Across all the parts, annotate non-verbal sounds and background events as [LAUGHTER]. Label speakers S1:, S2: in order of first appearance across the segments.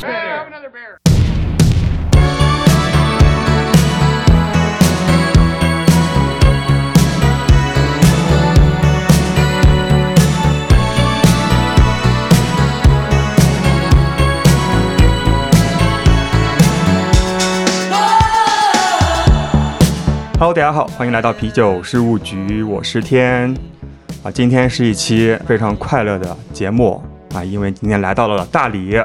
S1: Brother Bear.
S2: Hello，大家好，欢迎来到啤酒事务局，我是天。啊，今天是一期非常快乐的节目啊，因为今天来到了大理，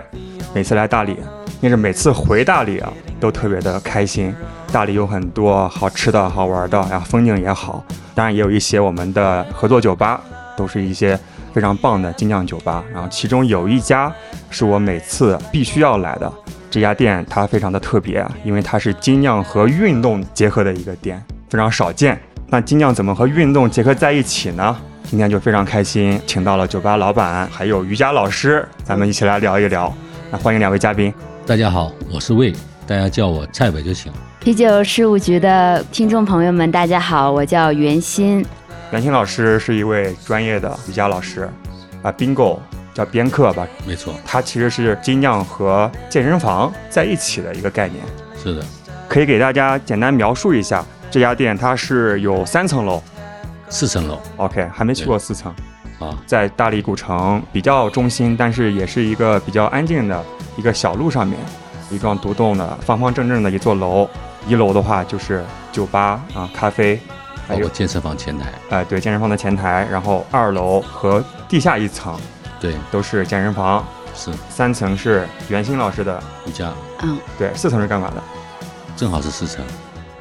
S2: 每次来大理，但是每次回大理啊，都特别的开心。大理有很多好吃的好玩的，然后风景也好，当然也有一些我们的合作酒吧，都是一些非常棒的精酿酒吧。然后其中啊有一家是我每次必须要来的，这家店它非常的特别，因为它是精酿和运动结合的一个店，非常少见。那精酿怎么和运动结合在一起呢？今天就非常开心，请到了酒吧老板还有瑜伽老师，咱们一起来聊一聊。那欢迎两位嘉宾。
S3: 大家好，我是魏，大家叫我菜伟就行。
S4: 啤酒事务局的听众朋友们，大家好，我叫袁鑫。
S2: 袁鑫老师是一位专业的瑜伽老师，啊，bingo 叫编课吧，
S3: 没错，
S2: 它其实是精酿和健身房在一起的一个概念。
S3: 是的，
S2: 可以给大家简单描述一下这家店，它是有三层楼
S3: 四层楼
S2: ，OK，还没去过四层，
S3: 啊，
S2: 在大理古城比较中心，但是也是一个比较安静的一个小路上面，一幢独栋的方方正正的一座楼。一楼的话就是酒吧啊、咖啡，还
S3: 包
S2: 有
S3: 括健身房前台，
S2: 呃对健身房的前台，然后二楼和地下一层
S3: 对，
S2: 都是健身房，
S3: 是
S2: 三层是袁鑫老师的，
S3: 瑜伽，
S4: 嗯，
S2: 对，四层是干嘛的？
S3: 正好是四层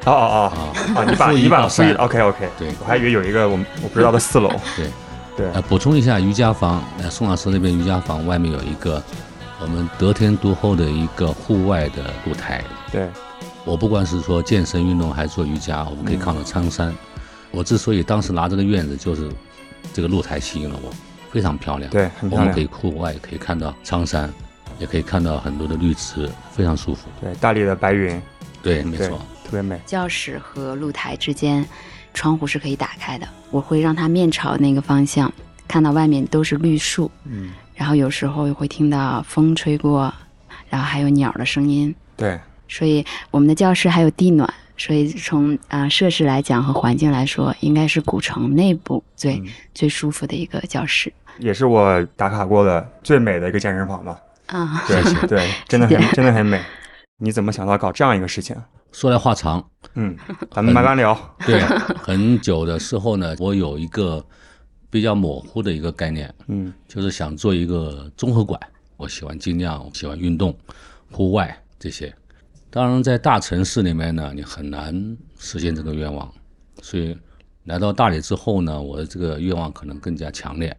S2: 哦哦哦
S3: 啊，
S2: 哦，你把
S3: 负一
S2: 你把
S3: 到
S2: 负一
S3: 三
S2: ，OK OK，
S3: 对
S2: [LAUGHS] 我还以为有一个我们我不知道的四
S3: [LAUGHS]
S2: 楼，
S3: 对，
S2: 对
S3: 呃，补充一下瑜伽房，呃，宋老师那边瑜伽房外面有一个我们得天独厚的一个户外的露台，
S2: 对，
S3: 我不管是说健身运动还是做瑜伽，我们可以看到苍
S2: 嗯
S3: 山。我之所以当时拿这个院子，就是这个露台吸引了我，非常漂亮。
S2: 对很漂亮
S3: 我们可以户外可以看到苍山，也可以看到很多的绿植，非常舒服。
S2: 对，大理的白云，
S3: 对，没
S2: 对
S3: 错，，
S2: 特别美，
S4: 教室和露台之间窗户是可以打开的，我会让它面朝那个方向，看到外面都是绿树，
S2: 嗯，
S4: 然后有时候会听到风吹过，然后还有鸟的声音，
S2: 对，
S4: 所以我们的教室还有地暖。所以从啊、呃设施来讲和环境来说，应该是古城内部最、
S2: 嗯
S4: 最舒服的一个教室
S2: 也是我打卡过的最美的一个健身房 [LAUGHS] 吧，
S4: 啊。
S2: 对对，真的
S4: 谢谢
S2: 很真的很美。你怎么想到搞这样一个事情？
S3: 说来话长，
S2: [LAUGHS] 嗯，咱们慢慢聊。
S3: 对，很久的时候呢，我有一个比较模糊的一个概念，
S2: 嗯
S3: 就是想做一个综合馆。我喜欢尽量喜欢运动、户外这些。当然，在大城市里面呢，你很难实现这个愿望，所以来到大理之后呢，我的这个愿望可能更加强烈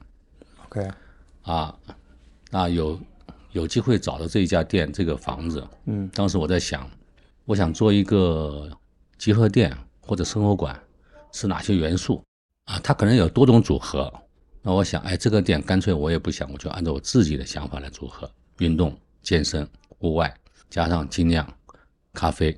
S2: ，OK，
S3: 啊。那有有机会找到这一家店、这个房子，
S2: 嗯
S3: 当时我在想，我想做一个集合店或者生活馆，是哪些元素啊？它可能有多种组合。那我想，哎，这个店干脆我也不想，我就按照我自己的想法来组合：运动、健身、户外，加上精酿、咖啡。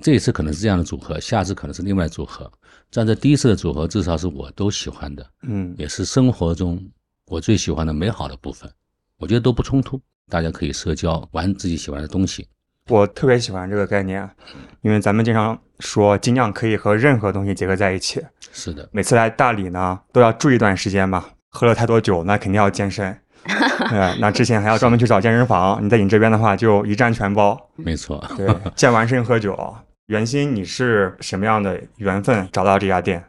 S3: 这一次可能是这样的组合，下次可能是另外的组合。但这第一次的组合，至少是我都喜欢的，
S2: 嗯，
S3: 也是生活中我最喜欢的美好的部分。我觉得都不冲突，大家可以社交，玩自己喜欢的东西。
S2: 我特别喜欢这个概念，啊因为咱们经常说精酿可以和任何东西结合在一起。
S3: 是的，
S2: 每次来大理呢，都要住一段时间嘛。喝了太多酒，那肯定要健 [LAUGHS] 身。对，那之前还要专门去找健身房。你在你这边的话，就一站全包。
S3: 没错，
S2: 对，健完身喝酒。袁鑫，你是什么样的缘分找到这家店？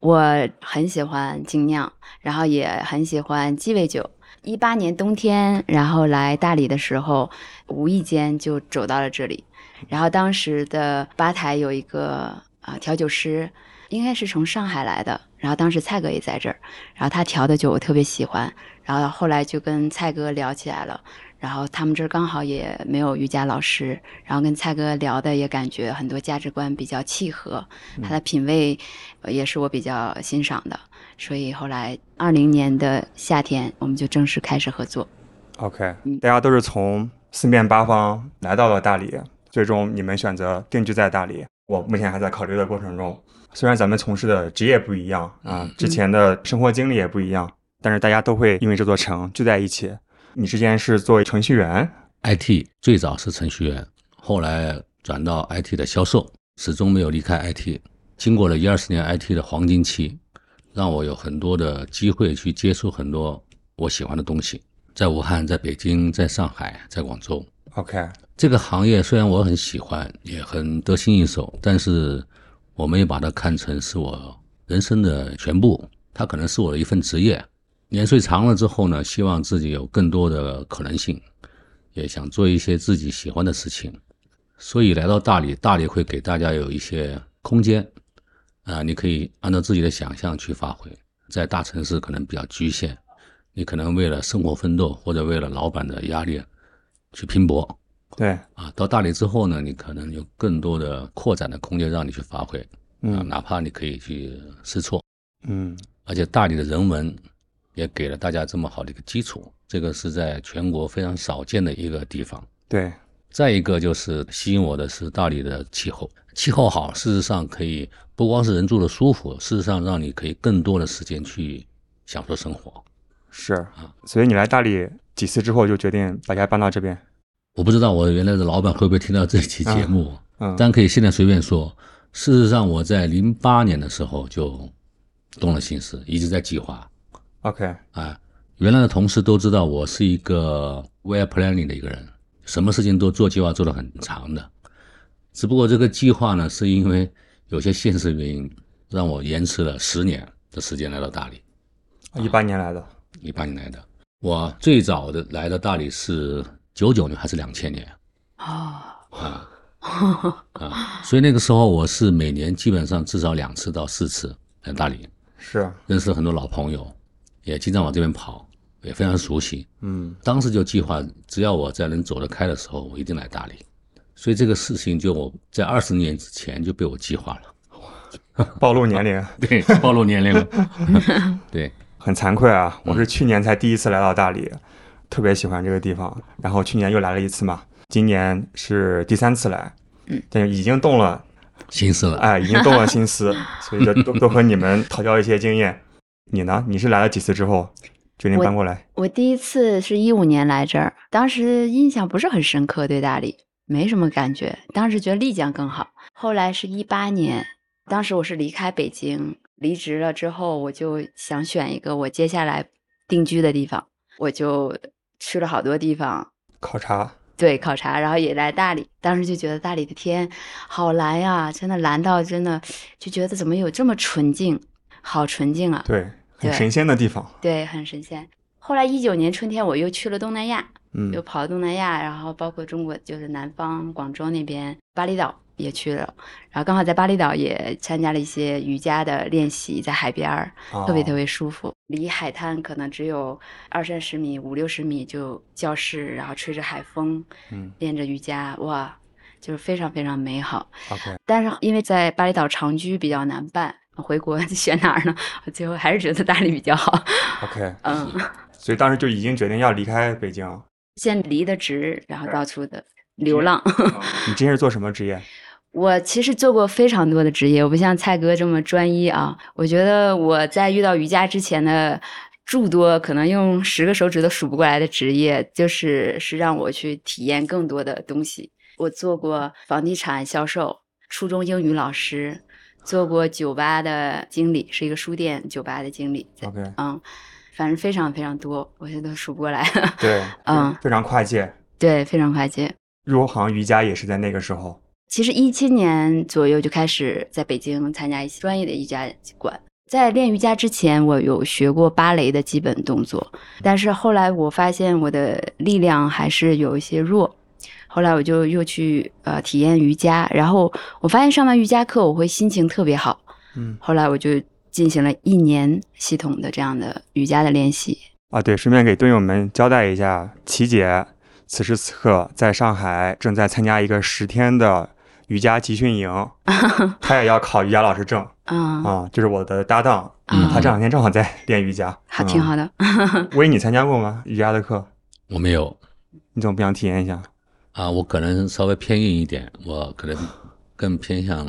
S4: 我很喜欢精酿，然后也很喜欢鸡尾酒。一八年冬天，然后来大理的时候，无意间就走到了这里。然后当时的吧台有一个啊、呃调酒师，应该是从上海来的。然后当时蔡哥也在这儿，然后他调的酒我特别喜欢。然后后来就跟蔡哥聊起来了。然后他们这儿刚好也没有瑜伽老师，然后跟蔡哥聊的也感觉很多价值观比较契合，他的品味呃也是我比较欣赏的，所以后来二零年的夏天，我们就正式开始合作。
S2: OK，
S4: 嗯
S2: 大家都是从四面八方来到了大理，最终你们选择定居在大理。我目前还在考虑的过程中，虽然咱们从事的职业不一样啊，之前的生活经历也不一样，但是大家都会因为这座城聚在一起。你之前是作为程序员
S3: IT 最早是程序员，后来转到 IT 的销售，始终没有离开 IT。经过了一二十年 IT 的黄金期，让我有很多的机会去接触很多我喜欢的东西，在武汉、在北京、在上海、在广州。
S2: OK，
S3: 这个行业虽然我很喜欢，也很得心应手，但是我没有把它看成是我人生的全部，它可能是我的一份职业。年岁长了之后呢，希望自己有更多的可能性，也想做一些自己喜欢的事情，所以来到大理，大理会给大家有一些空间，啊、你可以按照自己的想象去发挥。在大城市可能比较局限，你可能为了生活奋斗，或者为了老板的压力去拼搏，
S2: 对，
S3: 啊，到大理之后呢，你可能有更多的扩展的空间让你去发挥啊，
S2: 嗯
S3: 哪怕你可以去试错，
S2: 嗯
S3: 而且大理的人文也给了大家这么好的一个基础，这个是在全国非常少见的一个地方。
S2: 对，
S3: 再一个就是吸引我的是大理的气候，气候好，事实上可以不光是人住的舒服，事实上让你可以更多的时间去享受生活。
S2: 是。所以你来大理几次之后就决定把家搬到这边？
S3: 我不知道我原来的老板会不会听到这期节目。
S2: 嗯，
S3: 但可以现在随便说。事实上，我在零八年的时候就动了心思，一直在计划。
S2: OK，
S3: 啊，原来的同事都知道我是一个 well planning 的一个人，什么事情都做计划做得很长的。只不过这个计划呢，是因为有些现实原因，让我延迟了十年的时间来到大理。
S2: 一八年来的。
S3: 一八年来的，我最早的来到大理是九九年还是两千年？
S4: 哦，
S3: 啊啊！所以那个时候我是每年基本上至少两次到四次来大理，
S2: 是，
S3: 认识很多老朋友，也经常往这边跑，也非常熟悉。
S2: 嗯
S3: 当时就计划，只要我在能走得开的时候，我一定来大理。所以这个事情就我在二十年之前就被我计划了，
S2: 暴露年龄，
S3: [LAUGHS] 对，暴露年龄了， [LAUGHS] 对，
S2: 很惭愧啊，我
S4: 嗯
S2: 是去年才第一次来到大理，特别喜欢这个地方，然后去年又来了一次嘛，今年是第三次来，
S4: 嗯，
S2: 但已经动了，
S3: 心思了。
S2: 哎，已经动了心
S4: [LAUGHS]
S2: 思，所以就都都和你们讨教一些经验。你呢？你是来了几次之后决定
S4: 我
S2: 搬过来？
S4: 我第一次是一五年来这儿，当时印象不是很深刻，对大理没什么感觉，当时觉得丽江更好。后来是一八年，当时我是离开北京，离职了之后，我就想选一个我接下来定居的地方，我就去了好多地方，
S2: 考察，
S4: 对，考察，然后也来大理，当时就觉得大理的天好蓝呀、真的蓝到真的就觉得怎么有这么纯净，好纯净啊！
S2: 对，很
S4: 对
S2: 神仙的地方，
S4: 对，很神仙。后来一九年春天，我又去了东南亚，
S2: 嗯
S4: 又跑东南亚，然后包括中国就是南方广州那边，巴厘岛也去了，然后刚好在巴厘岛也参加了一些瑜伽的练习，在海边儿，特别特
S2: 别，
S4: 别舒服，离海滩可能只有二三十米、五六十米就教室，然后吹着海风，
S2: 嗯
S4: 练着瑜伽，哇，就是非常非常美好。
S2: ，OK，
S4: 但是因为在巴厘岛长居比较难办，回国 [LAUGHS] 选哪儿呢？我最后还是觉得大理比较好。
S2: OK，
S4: 嗯，
S2: 所以当时就已经决定要离开北
S4: [LAUGHS]
S2: 京。
S4: 先离的职，然后到处的流浪。
S2: 你之前是做什么职业？
S4: 我其实做过非常多的职业，我不像蔡哥这么专一啊。我觉得我在遇到瑜伽之前的诸多，可能用十个手指都数不过来的职业，就是是让我去体验更多的东西。我做过房地产销售、初中英语老师，做过酒吧的经理，是一个书店酒吧的经理。
S2: OK，
S4: 嗯，反正非常非常多，我现在都数不过来。 [LAUGHS]
S2: 对，
S4: 嗯
S2: 非常跨界。
S4: 对，非常跨界。
S2: 入行瑜伽也是在那个时候。
S4: 其实一七年左右就开始在北京参加一些专业的瑜伽馆。在练瑜伽之前，我有学过芭蕾的基本动作，但是后来我发现我的力量还是有一些弱。后来我就又去呃体验瑜伽，然后我发现上完瑜伽课我会心情特别好。
S2: 嗯，
S4: 后来我就进行了一年系统的这样的瑜伽的练习。
S2: 啊，对，顺便给队友们交代一下，琪姐此时此刻在上海正在参加一个十天的瑜伽集训
S4: [LAUGHS]
S2: 营，她也要考瑜伽老师证
S4: 嗯，
S2: 啊。这是我的搭档，
S4: 嗯
S2: 她这两天正好在练瑜伽，
S4: 还挺好
S2: 的。
S4: 的。
S2: 薇，你参加过吗？瑜伽的课，
S3: 我没有
S2: 你怎么不想体验一下？
S3: 啊，我可能稍微偏硬一点，我可能更偏向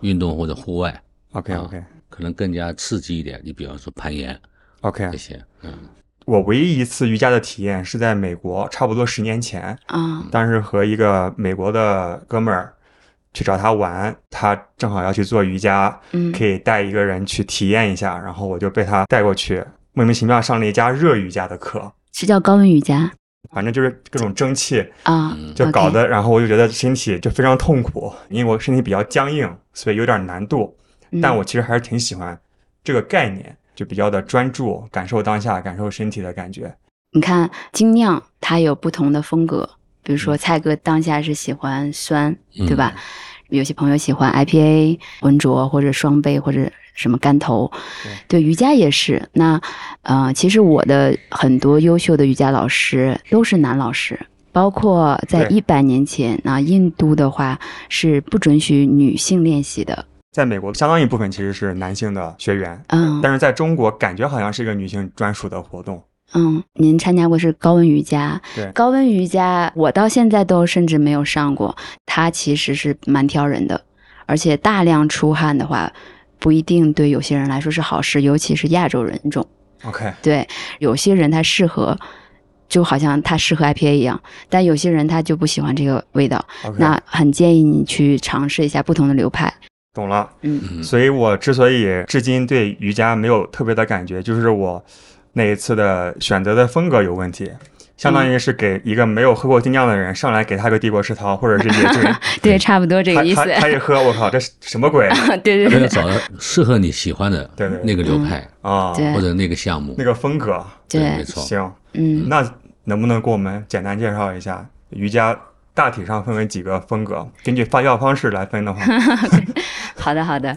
S3: 运动或者户外。
S2: OK OK
S3: 可能更加刺激一点。你比方说攀岩
S2: OK，
S4: [LAUGHS]
S3: 这些，嗯，
S2: 我唯一一次瑜伽的体验是在美国，差不多十年前，
S4: 嗯
S2: 当时和一个美国的哥们儿去找他玩，他正好要去做瑜伽，
S4: 嗯
S2: 可以带一个人去体验一下，然后我就被他带过去，莫名其妙上了一家热瑜伽的课，
S4: 是叫高温瑜伽
S2: 反正就是各种蒸汽
S4: 啊，
S3: 嗯
S2: 就搞
S4: OK
S2: 得，然后我就觉得身体就非常痛苦，因为我身体比较僵硬，所以有点难度，
S4: 嗯
S2: 但我其实还是挺喜欢这个概念，就比较的专注，感受当下，感受身体的感觉。
S4: 你看精酿它有不同的风格，比如说蔡哥当下是喜欢酸，对吧？有些朋友喜欢 IPA、浑浊或者双倍或者什么干头，对瑜伽也是。那呃，其实我的很多优秀的瑜伽老师都是男老师。包括在
S2: 对
S4: 一百年前啊，印度的话是不准许女性练习的。
S2: 在美国，相当一部分其实是男性的学员，
S4: 嗯
S2: 但是在中国感觉好像是一个女性专属的活动。
S4: 嗯，您参加过是高温瑜伽，
S2: 对
S4: 高温瑜伽，我到现在都甚至没有上过，它其实是蛮挑人的，而且大量出汗的话，不一定对有些人来说是好事，尤其是亚洲人种。
S2: OK，
S4: 对，有些人他适合，就好像他适合 IPA 一样，但有些人他就不喜欢这个味道。
S2: OK，
S4: 那很建议你去尝试一下不同的流派。
S2: 懂了。
S4: 嗯
S3: 嗯，
S2: 所以我之所以至今对瑜伽没有特别的感觉，就是我那一次的选择的风格有问题。
S4: 嗯
S2: 相当于是给一个没有喝过精酿的人上来给他个帝国世涛，或者
S4: [LAUGHS]
S2: 是野菌，
S4: 对，差不多这个意思
S2: 他。他他一喝，我靠，这是什么鬼
S4: [LAUGHS] 对对
S3: 要
S4: 对
S3: 找到适合你喜欢的
S2: 对对对
S3: 那个流派
S2: 啊？
S4: 嗯 [LAUGHS] 对
S3: 或者那个项目
S2: 那，个风格，
S3: 对，
S4: 对
S3: 没，错，
S2: 行，
S4: 嗯
S2: 那能不能给我们简单介绍一下瑜伽大体上分为几个风格？根据发酵方式来分的话，
S4: [LAUGHS] 好的好的。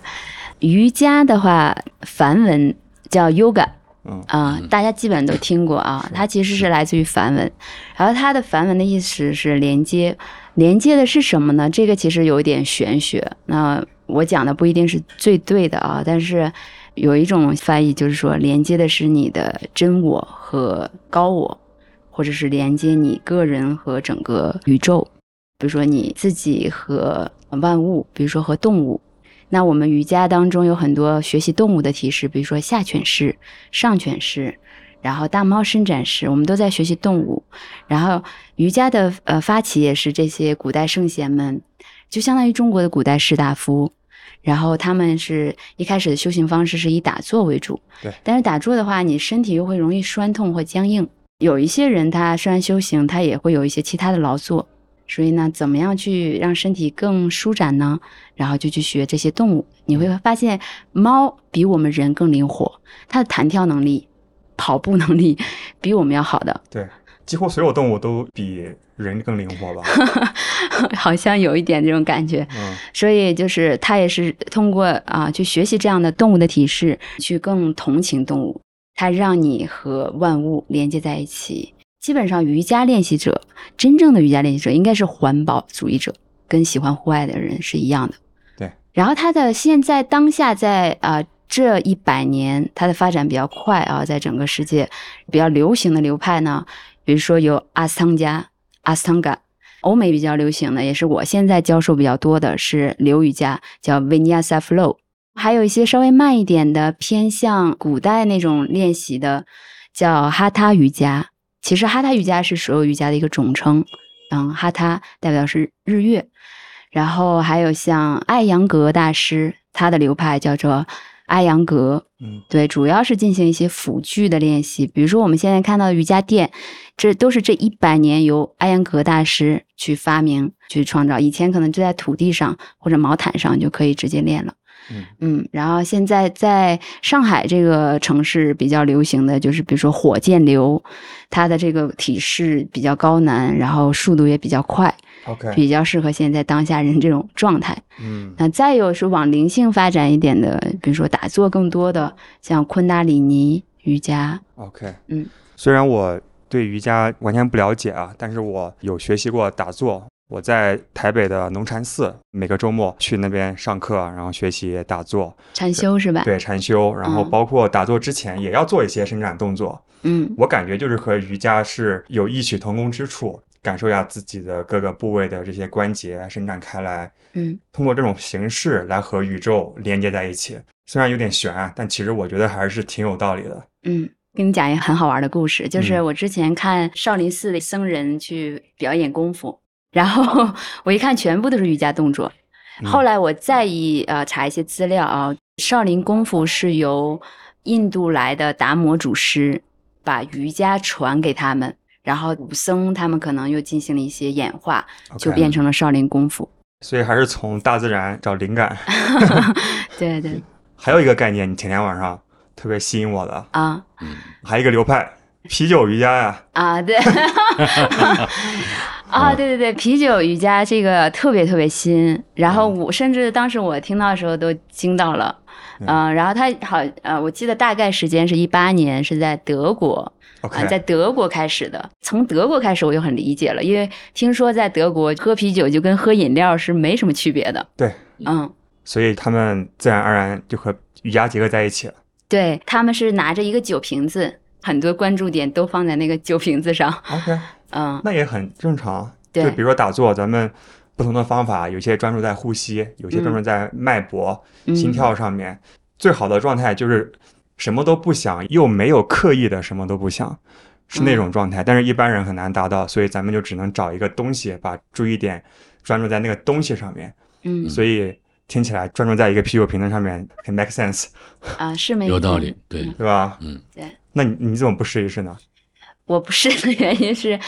S4: 瑜伽的话，梵文叫 yoga
S2: 嗯
S4: 啊、大家基本都听过啊。它其实是来自于梵文，然后它的梵文的意思是连接，连接的是什么呢？这个其实有一点玄学。那我讲的不一定是最对的啊，但是有一种翻译就是说，连接的是你的真我和高我，或者是连接你个人和整个宇宙。比如说你自己和万物，比如说和动物。那我们瑜伽当中有很多学习动物的提示，比如说下犬式、上犬式，然后大猫伸展式，我们都在学习动物。然后瑜伽的呃发起也是这些古代圣贤们，就相当于中国的古代士大夫。然后他们是一开始的修行方式是以打坐为主，
S2: 对
S4: 但是打坐的话，你身体又会容易酸痛或僵硬。有一些人他虽然修行，他也会有一些其他的劳作，所以呢，怎么样去让身体更舒展呢？然后就去学这些动物，你会发现猫比我们人更灵活，它的弹跳能力、跑步能力 [LAUGHS] 比我们要好的， [LAUGHS]
S2: 对，几乎所有动物都比人更灵活吧？
S4: 好像有一点这种感觉。
S2: 嗯，
S4: 所以就是它也是通过啊去学习这样的动物的提示，去更同情动物，它让你和万物连接在一起。基本上，瑜伽练习者，真正的瑜伽练习者应该是环保主义者，跟喜欢户外的人是一样的。
S2: 对。
S4: 然后它的现在当下在啊、呃这一百年，它的发展比较快啊，在整个世界比较流行的流派呢，比如说有阿斯汤加、阿斯汤嘎，欧美比较流行的，也是我现在教授比较多的是流瑜伽，叫 Vinyasa Flow，还有一些稍微慢一点的，偏向古代那种练习的，叫哈他瑜伽。其实哈他瑜伽是所有瑜伽的一个总称，嗯，哈他代表是日月，然后还有像艾扬格大师，他的流派叫做艾扬格，
S2: 嗯，
S4: 对，主要是进行一些辅具的练习，比如说我们现在看到的瑜伽垫，这都是这一百年由艾扬格大师去发明、去创造。以前可能就在土地上或者毛毯上就可以直接练了。
S2: 嗯
S4: 然后现在在上海这个城市比较流行的就是，比如说火箭流，它的这个体式比较高难，然后速度也比较快，
S2: ，OK，
S4: 比较适合现在当下人这种状态。
S2: 嗯
S4: 那再有是往灵性发展一点的，比如说打坐更多的，像昆达里尼瑜伽，
S2: ，OK，
S4: 嗯，
S2: 虽然我对瑜伽完全不了解啊，但是我有学习过打坐。我在台北的农禅寺，每个周末去那边上课，然后学习打坐，
S4: 禅修是吧？
S2: 对禅修，然后
S4: 嗯
S2: 包括打坐之前也要做一些伸展动作。
S4: 嗯
S2: 我感觉就是和瑜伽是有异曲同工之处，感受一下自己的各个部位的这些关节伸展开来，
S4: 嗯
S2: 通过这种形式来和宇宙连接在一起。虽然有点悬啊，但其实我觉得还是挺有道理的。
S4: 嗯，跟你讲一个很好玩的故事，就是我之前看少林寺的僧人去表演功夫，然后我一看全部都是瑜伽动作，后来我再一呃查一些资料啊，少林功夫是由印度来的达摩祖师把瑜伽传给他们，然后武僧他们可能又进行了一些演化，就
S2: OK
S4: 变成了少林
S2: [LAUGHS]
S4: 功夫。
S2: 所以还是从大自然找灵感。
S4: 对对
S2: 还有一个概念，你前天晚上特别吸引我的，
S4: [LAUGHS] 啊
S3: 嗯，
S2: 还有一个流派，啤酒瑜伽呀、[LAUGHS]
S4: 啊对。啊，对对对，啤酒瑜伽这个特别特别新，然后我甚至当时我听到的时候都惊到了，
S2: 嗯
S4: 呃，然后它好呃，我记得大概时间是一八年，是在德国，啊，
S2: OK，
S4: 在德国开始的，从德国开始我就很理解了，因为听说在德国喝啤酒就跟喝饮料是没什么区别的。
S2: 对，
S4: 嗯，
S2: 所以他们自然而然就和瑜伽结合在一起了。
S4: 对，他们是拿着一个酒瓶子，很多关注点都放在那个酒瓶子上。
S2: OK，
S4: 嗯，
S2: 那也很正常。
S4: 对
S2: 就比如说打坐，咱们不同的方法，有些专注在呼吸，有些专注在脉搏、
S4: 嗯
S2: 心跳上面。最好的状态就是什么都不想，又没有刻意的什么都不想，是
S4: 嗯
S2: 那种状态。但是一般人很难达到，所以咱们就只能找一个东西，把注意点专注在那个东西上面。
S4: 嗯
S2: 所以听起来专注在一个啤酒瓶子上面很 make sense，
S4: 啊，是没
S3: 有道
S4: 错
S3: 理，对，
S2: 对吧？
S3: 嗯，
S4: 对。
S2: 那你你怎么不试一试呢？
S4: 我不是的原因是，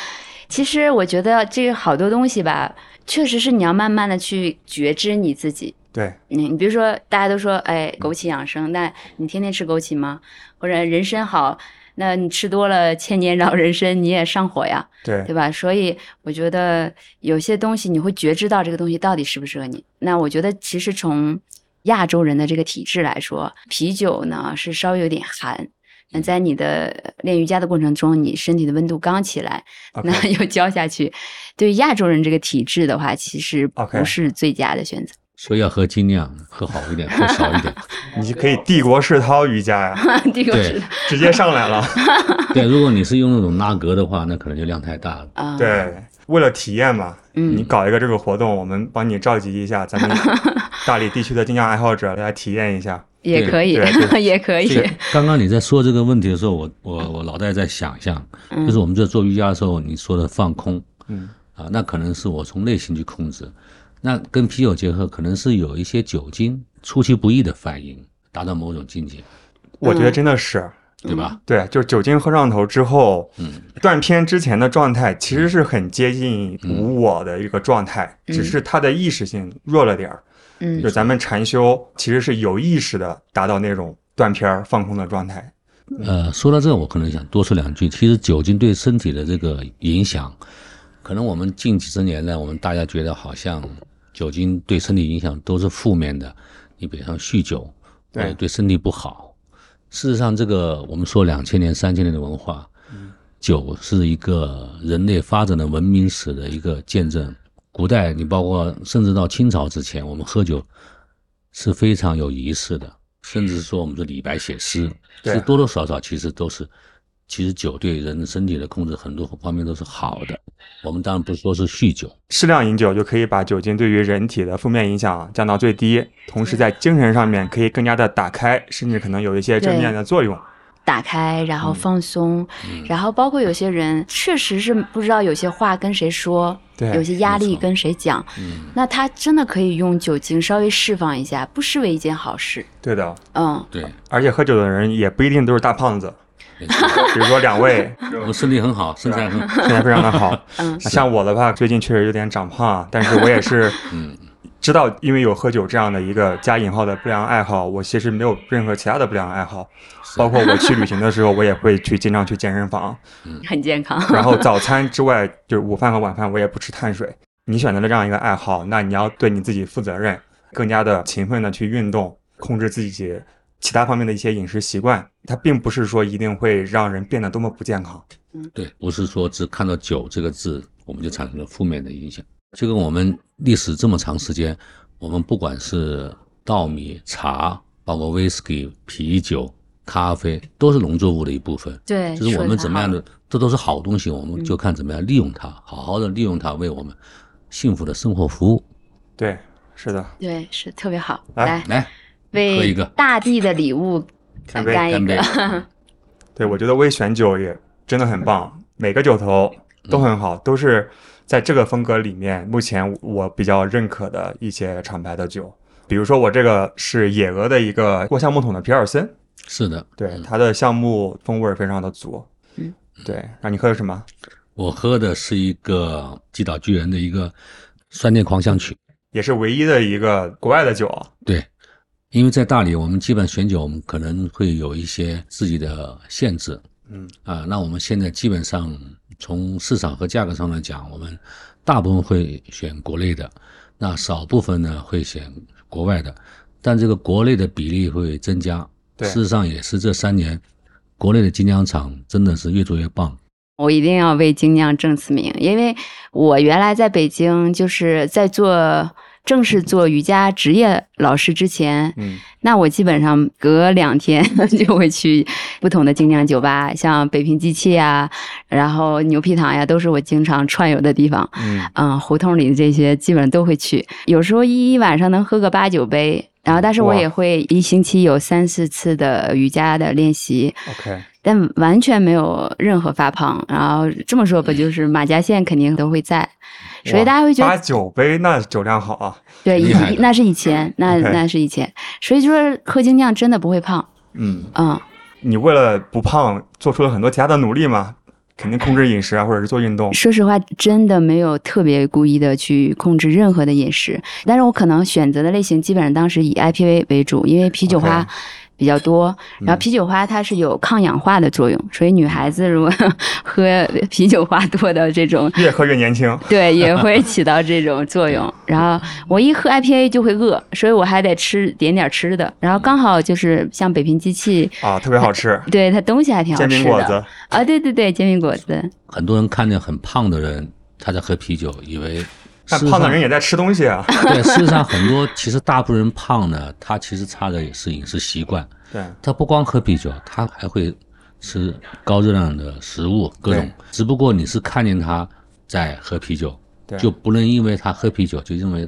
S4: 其实我觉得这个好多东西吧，确实是你要慢慢的去觉知你自己。
S2: 对，
S4: 你你比如说，大家都说，哎，枸杞养生，那你天天吃枸杞吗？或者人参好，那你吃多了千年老人参，你也上火呀，
S2: 对，
S4: 对吧？所以我觉得有些东西你会觉知到这个东西到底适不适合你。那我觉得其实从亚洲人的这个体质来说，啤酒呢是稍微有点寒。那
S2: 嗯
S4: 在你的练瑜伽的过程中，你身体的温度刚起来，
S2: OK
S4: 那又浇下去，对于亚洲人这个体质的话，其实
S2: OK
S4: 不是最佳的选择。 [LAUGHS]
S3: 所以要喝精酿，喝好一点，喝少一点。
S2: 你可以帝国 [LAUGHS] 世涛瑜伽呀，
S4: 这个
S3: 对
S4: 是
S2: 直接上来了。
S3: 对，如果你是用那种拉格的话，那可能就量太大了。
S4: 啊，
S2: 对，为了体验嘛，
S4: 嗯
S2: 你搞一个这个活动，我们帮你召集一下咱
S4: [LAUGHS]
S2: 们大理地区的精酿爱好者来体验一下。
S4: 也
S3: 对
S4: 可以
S2: 对，
S4: 也可以
S3: 所
S4: [LAUGHS]
S3: 以，刚刚你在说这个问题的时候，我我我脑袋在想象，
S4: 嗯
S3: 就是我们在做瑜伽的时候，你说的放空
S2: 嗯
S3: 啊，那可能是我从内心去控制，那跟啤酒结合，可能是有一些酒精出其不意的反应，达到某种境界，
S2: 我觉得真的是，
S3: 对
S4: 嗯
S3: 吧？
S2: 对，就是酒精喝上头之后，
S3: 嗯，
S2: 断片之前的状态其实是很接近无我的一个状态，
S4: 嗯
S2: 只是它的意识性弱了点儿。
S4: 嗯
S2: 就咱们禅修其实是有意识的达到那种断片儿放空的状态。
S3: 呃，说到这，我可能想多说两句。其实酒精对身体的这个影响，可能我们近几十年来，我们大家觉得好像酒精对身体影响都是负面的。你比如像酗酒，或者
S2: 对
S3: 对身体不好。事实上，这个我们说两千年、三千年的文化，酒是一个人类发展的文明史的一个见证。古代，你包括甚至到清朝之前，我们喝酒是非常有仪式的，甚至说我们是李白写诗，
S2: 对
S3: 是多多少少其实都是，其实酒对人身体的控制很多方面都是好的。我们当然不说是酗酒，
S2: 适量饮酒就可以把酒精对于人体的负面影响降到最低，同时在精神上面可以更加的打开，甚至可能有一些正面的作用。
S4: 打开，然后
S3: 嗯
S4: 放松，然后包括有些人确实是不知道有些话跟谁说，
S2: 对
S4: 有些压
S3: 没
S4: 力
S3: 错
S4: 跟谁讲，
S3: 嗯，
S4: 那他真的可以用酒精稍微释放一下，不失为一件好事。
S2: 对的，
S4: 嗯，
S3: 对，
S2: 而且喝酒的人也不一定都是大胖子，
S3: 没错
S2: 比如说两位
S3: 我们身体很好，身材很好，
S2: 身材非常的好，
S4: 嗯
S2: 那像我的话，最近确实有点长胖啊，但是我也是
S3: 嗯，
S2: 知道，因为有喝酒这样的一个加引号的不良爱好，我其实没有任何其他的不良爱好，包括我去旅行的时候，我也会去经常去健身房，
S4: 很健康。
S2: 然后早餐之外，就是午饭和晚饭，我也不吃碳水。你选择了这样一个爱好，那你要对你自己负责任，更加的勤奋的去运动，控制自己其他方面的一些饮食习惯。它并不是说一定会让人变得多么不健康。
S3: 对，不是说只看到“酒”这个字，我们就产生了负面的影响。就跟我们历史这么长时间，我们不管是稻米、茶，包括威士忌、啤酒、咖啡，都是农作物的一部分。
S4: [LAUGHS] 对，
S3: 就是我
S4: 说得
S3: 们怎么样
S4: 好
S3: 的，这都是好东西，我们就看怎么样利用它，好好的利用它，为我们幸福的生活服务。
S2: 对，是的，
S4: 对，是特别好。
S2: 来
S4: 来，
S3: 来，喝一
S4: 为
S3: 个 [LAUGHS]
S4: 大地的礼物
S2: 干
S4: 呃
S2: 杯
S4: 干一
S3: 干杯
S4: 个。
S2: 对，我觉得微选酒也真的很棒，每个酒头都很好，都是在这个风格里面，目前我比较认可的一些厂牌的酒。比如说我这个是野鹅的一个过橡木桶的皮尔森，
S3: 是的，
S2: 对，它的橡木风味儿非常的足。
S4: 嗯，
S2: 对。那你喝的什么？
S3: 我喝的是一个击倒巨人的一个酸烈狂想曲。
S2: 也是唯一的一个国外的酒。
S3: 对，因为在大理，我们基本选酒，我们可能会有一些自己的限制
S2: 嗯
S3: 啊。那我们现在基本上从市场和价格上来讲，我们大部分会选国内的，那少部分呢会选国外的，但这个国内的比例会增加。
S2: 对
S3: 事实上也是这三年，国内的精酿厂真的是越做越棒。
S4: 我一定要为精酿正此名，因为我原来在北京就是在做正式做瑜伽职业老师之前，
S2: 嗯，
S4: 那我基本上隔两天 [LAUGHS] 就会去不同的精酿酒吧，像北平机器啊，然后牛皮糖呀，都是我经常串游的地方。
S2: 嗯，
S4: 嗯，胡同里的这些基本上都会去，有时候一一晚上能喝个八九杯。然后，但是我
S2: 哇
S4: 也会一星期有三四次的瑜伽的练习， [LAUGHS]
S2: OK，
S4: 但完全没有任何发胖。然后这么说吧，就是马甲线肯定都会在，所以大家会觉得
S2: 八九杯那酒量好啊。
S4: 对，以
S3: 厉害的
S4: 那是以前，那
S2: OK
S4: 那是以前，所以就说喝精酿真的不会胖，
S2: 嗯，
S4: 嗯。
S2: 你为了不胖，做出了很多其他的努力嘛？肯定控制饮食啊，或者是做运动。
S4: 说实话，真的没有特别故意的去控制任何的饮食，但是我可能选择的类型基本上当时以 IPA 为主，因为啤酒花
S2: OK
S4: 比较多，
S2: 嗯
S4: 然后啤酒花它是有抗氧化的作用，所以女孩子如果
S2: 嗯
S4: [LAUGHS] 喝啤酒花多的这种，
S2: 越喝越年轻。
S4: 对，也会起到这种作用。然后我一喝 IPA 就会饿，所以我还得吃点点吃的，然后刚好就是像北平机器，
S2: 啊，特别好
S4: [LAUGHS]
S2: 吃，
S4: 对它东西还挺好
S2: 煎饼
S4: 吃
S2: 果
S4: 的
S2: 子。
S4: 啊，对对对，煎饼果子。
S3: 很多人看见很胖的人，他在喝啤酒，以为
S2: 但
S3: 事实
S2: 胖的
S3: 上
S2: 人也在吃东西
S4: [LAUGHS]
S2: 啊。
S3: 对，事实上很多其实大部分人胖呢，他其实差的也是饮食习惯，
S2: 对，
S3: 他不光喝啤酒，他还会吃高热量的食物，各种
S2: 对。
S3: 只不过你是看见他在喝啤酒，
S2: 对，嗯
S3: 就不能因为他喝啤酒就认为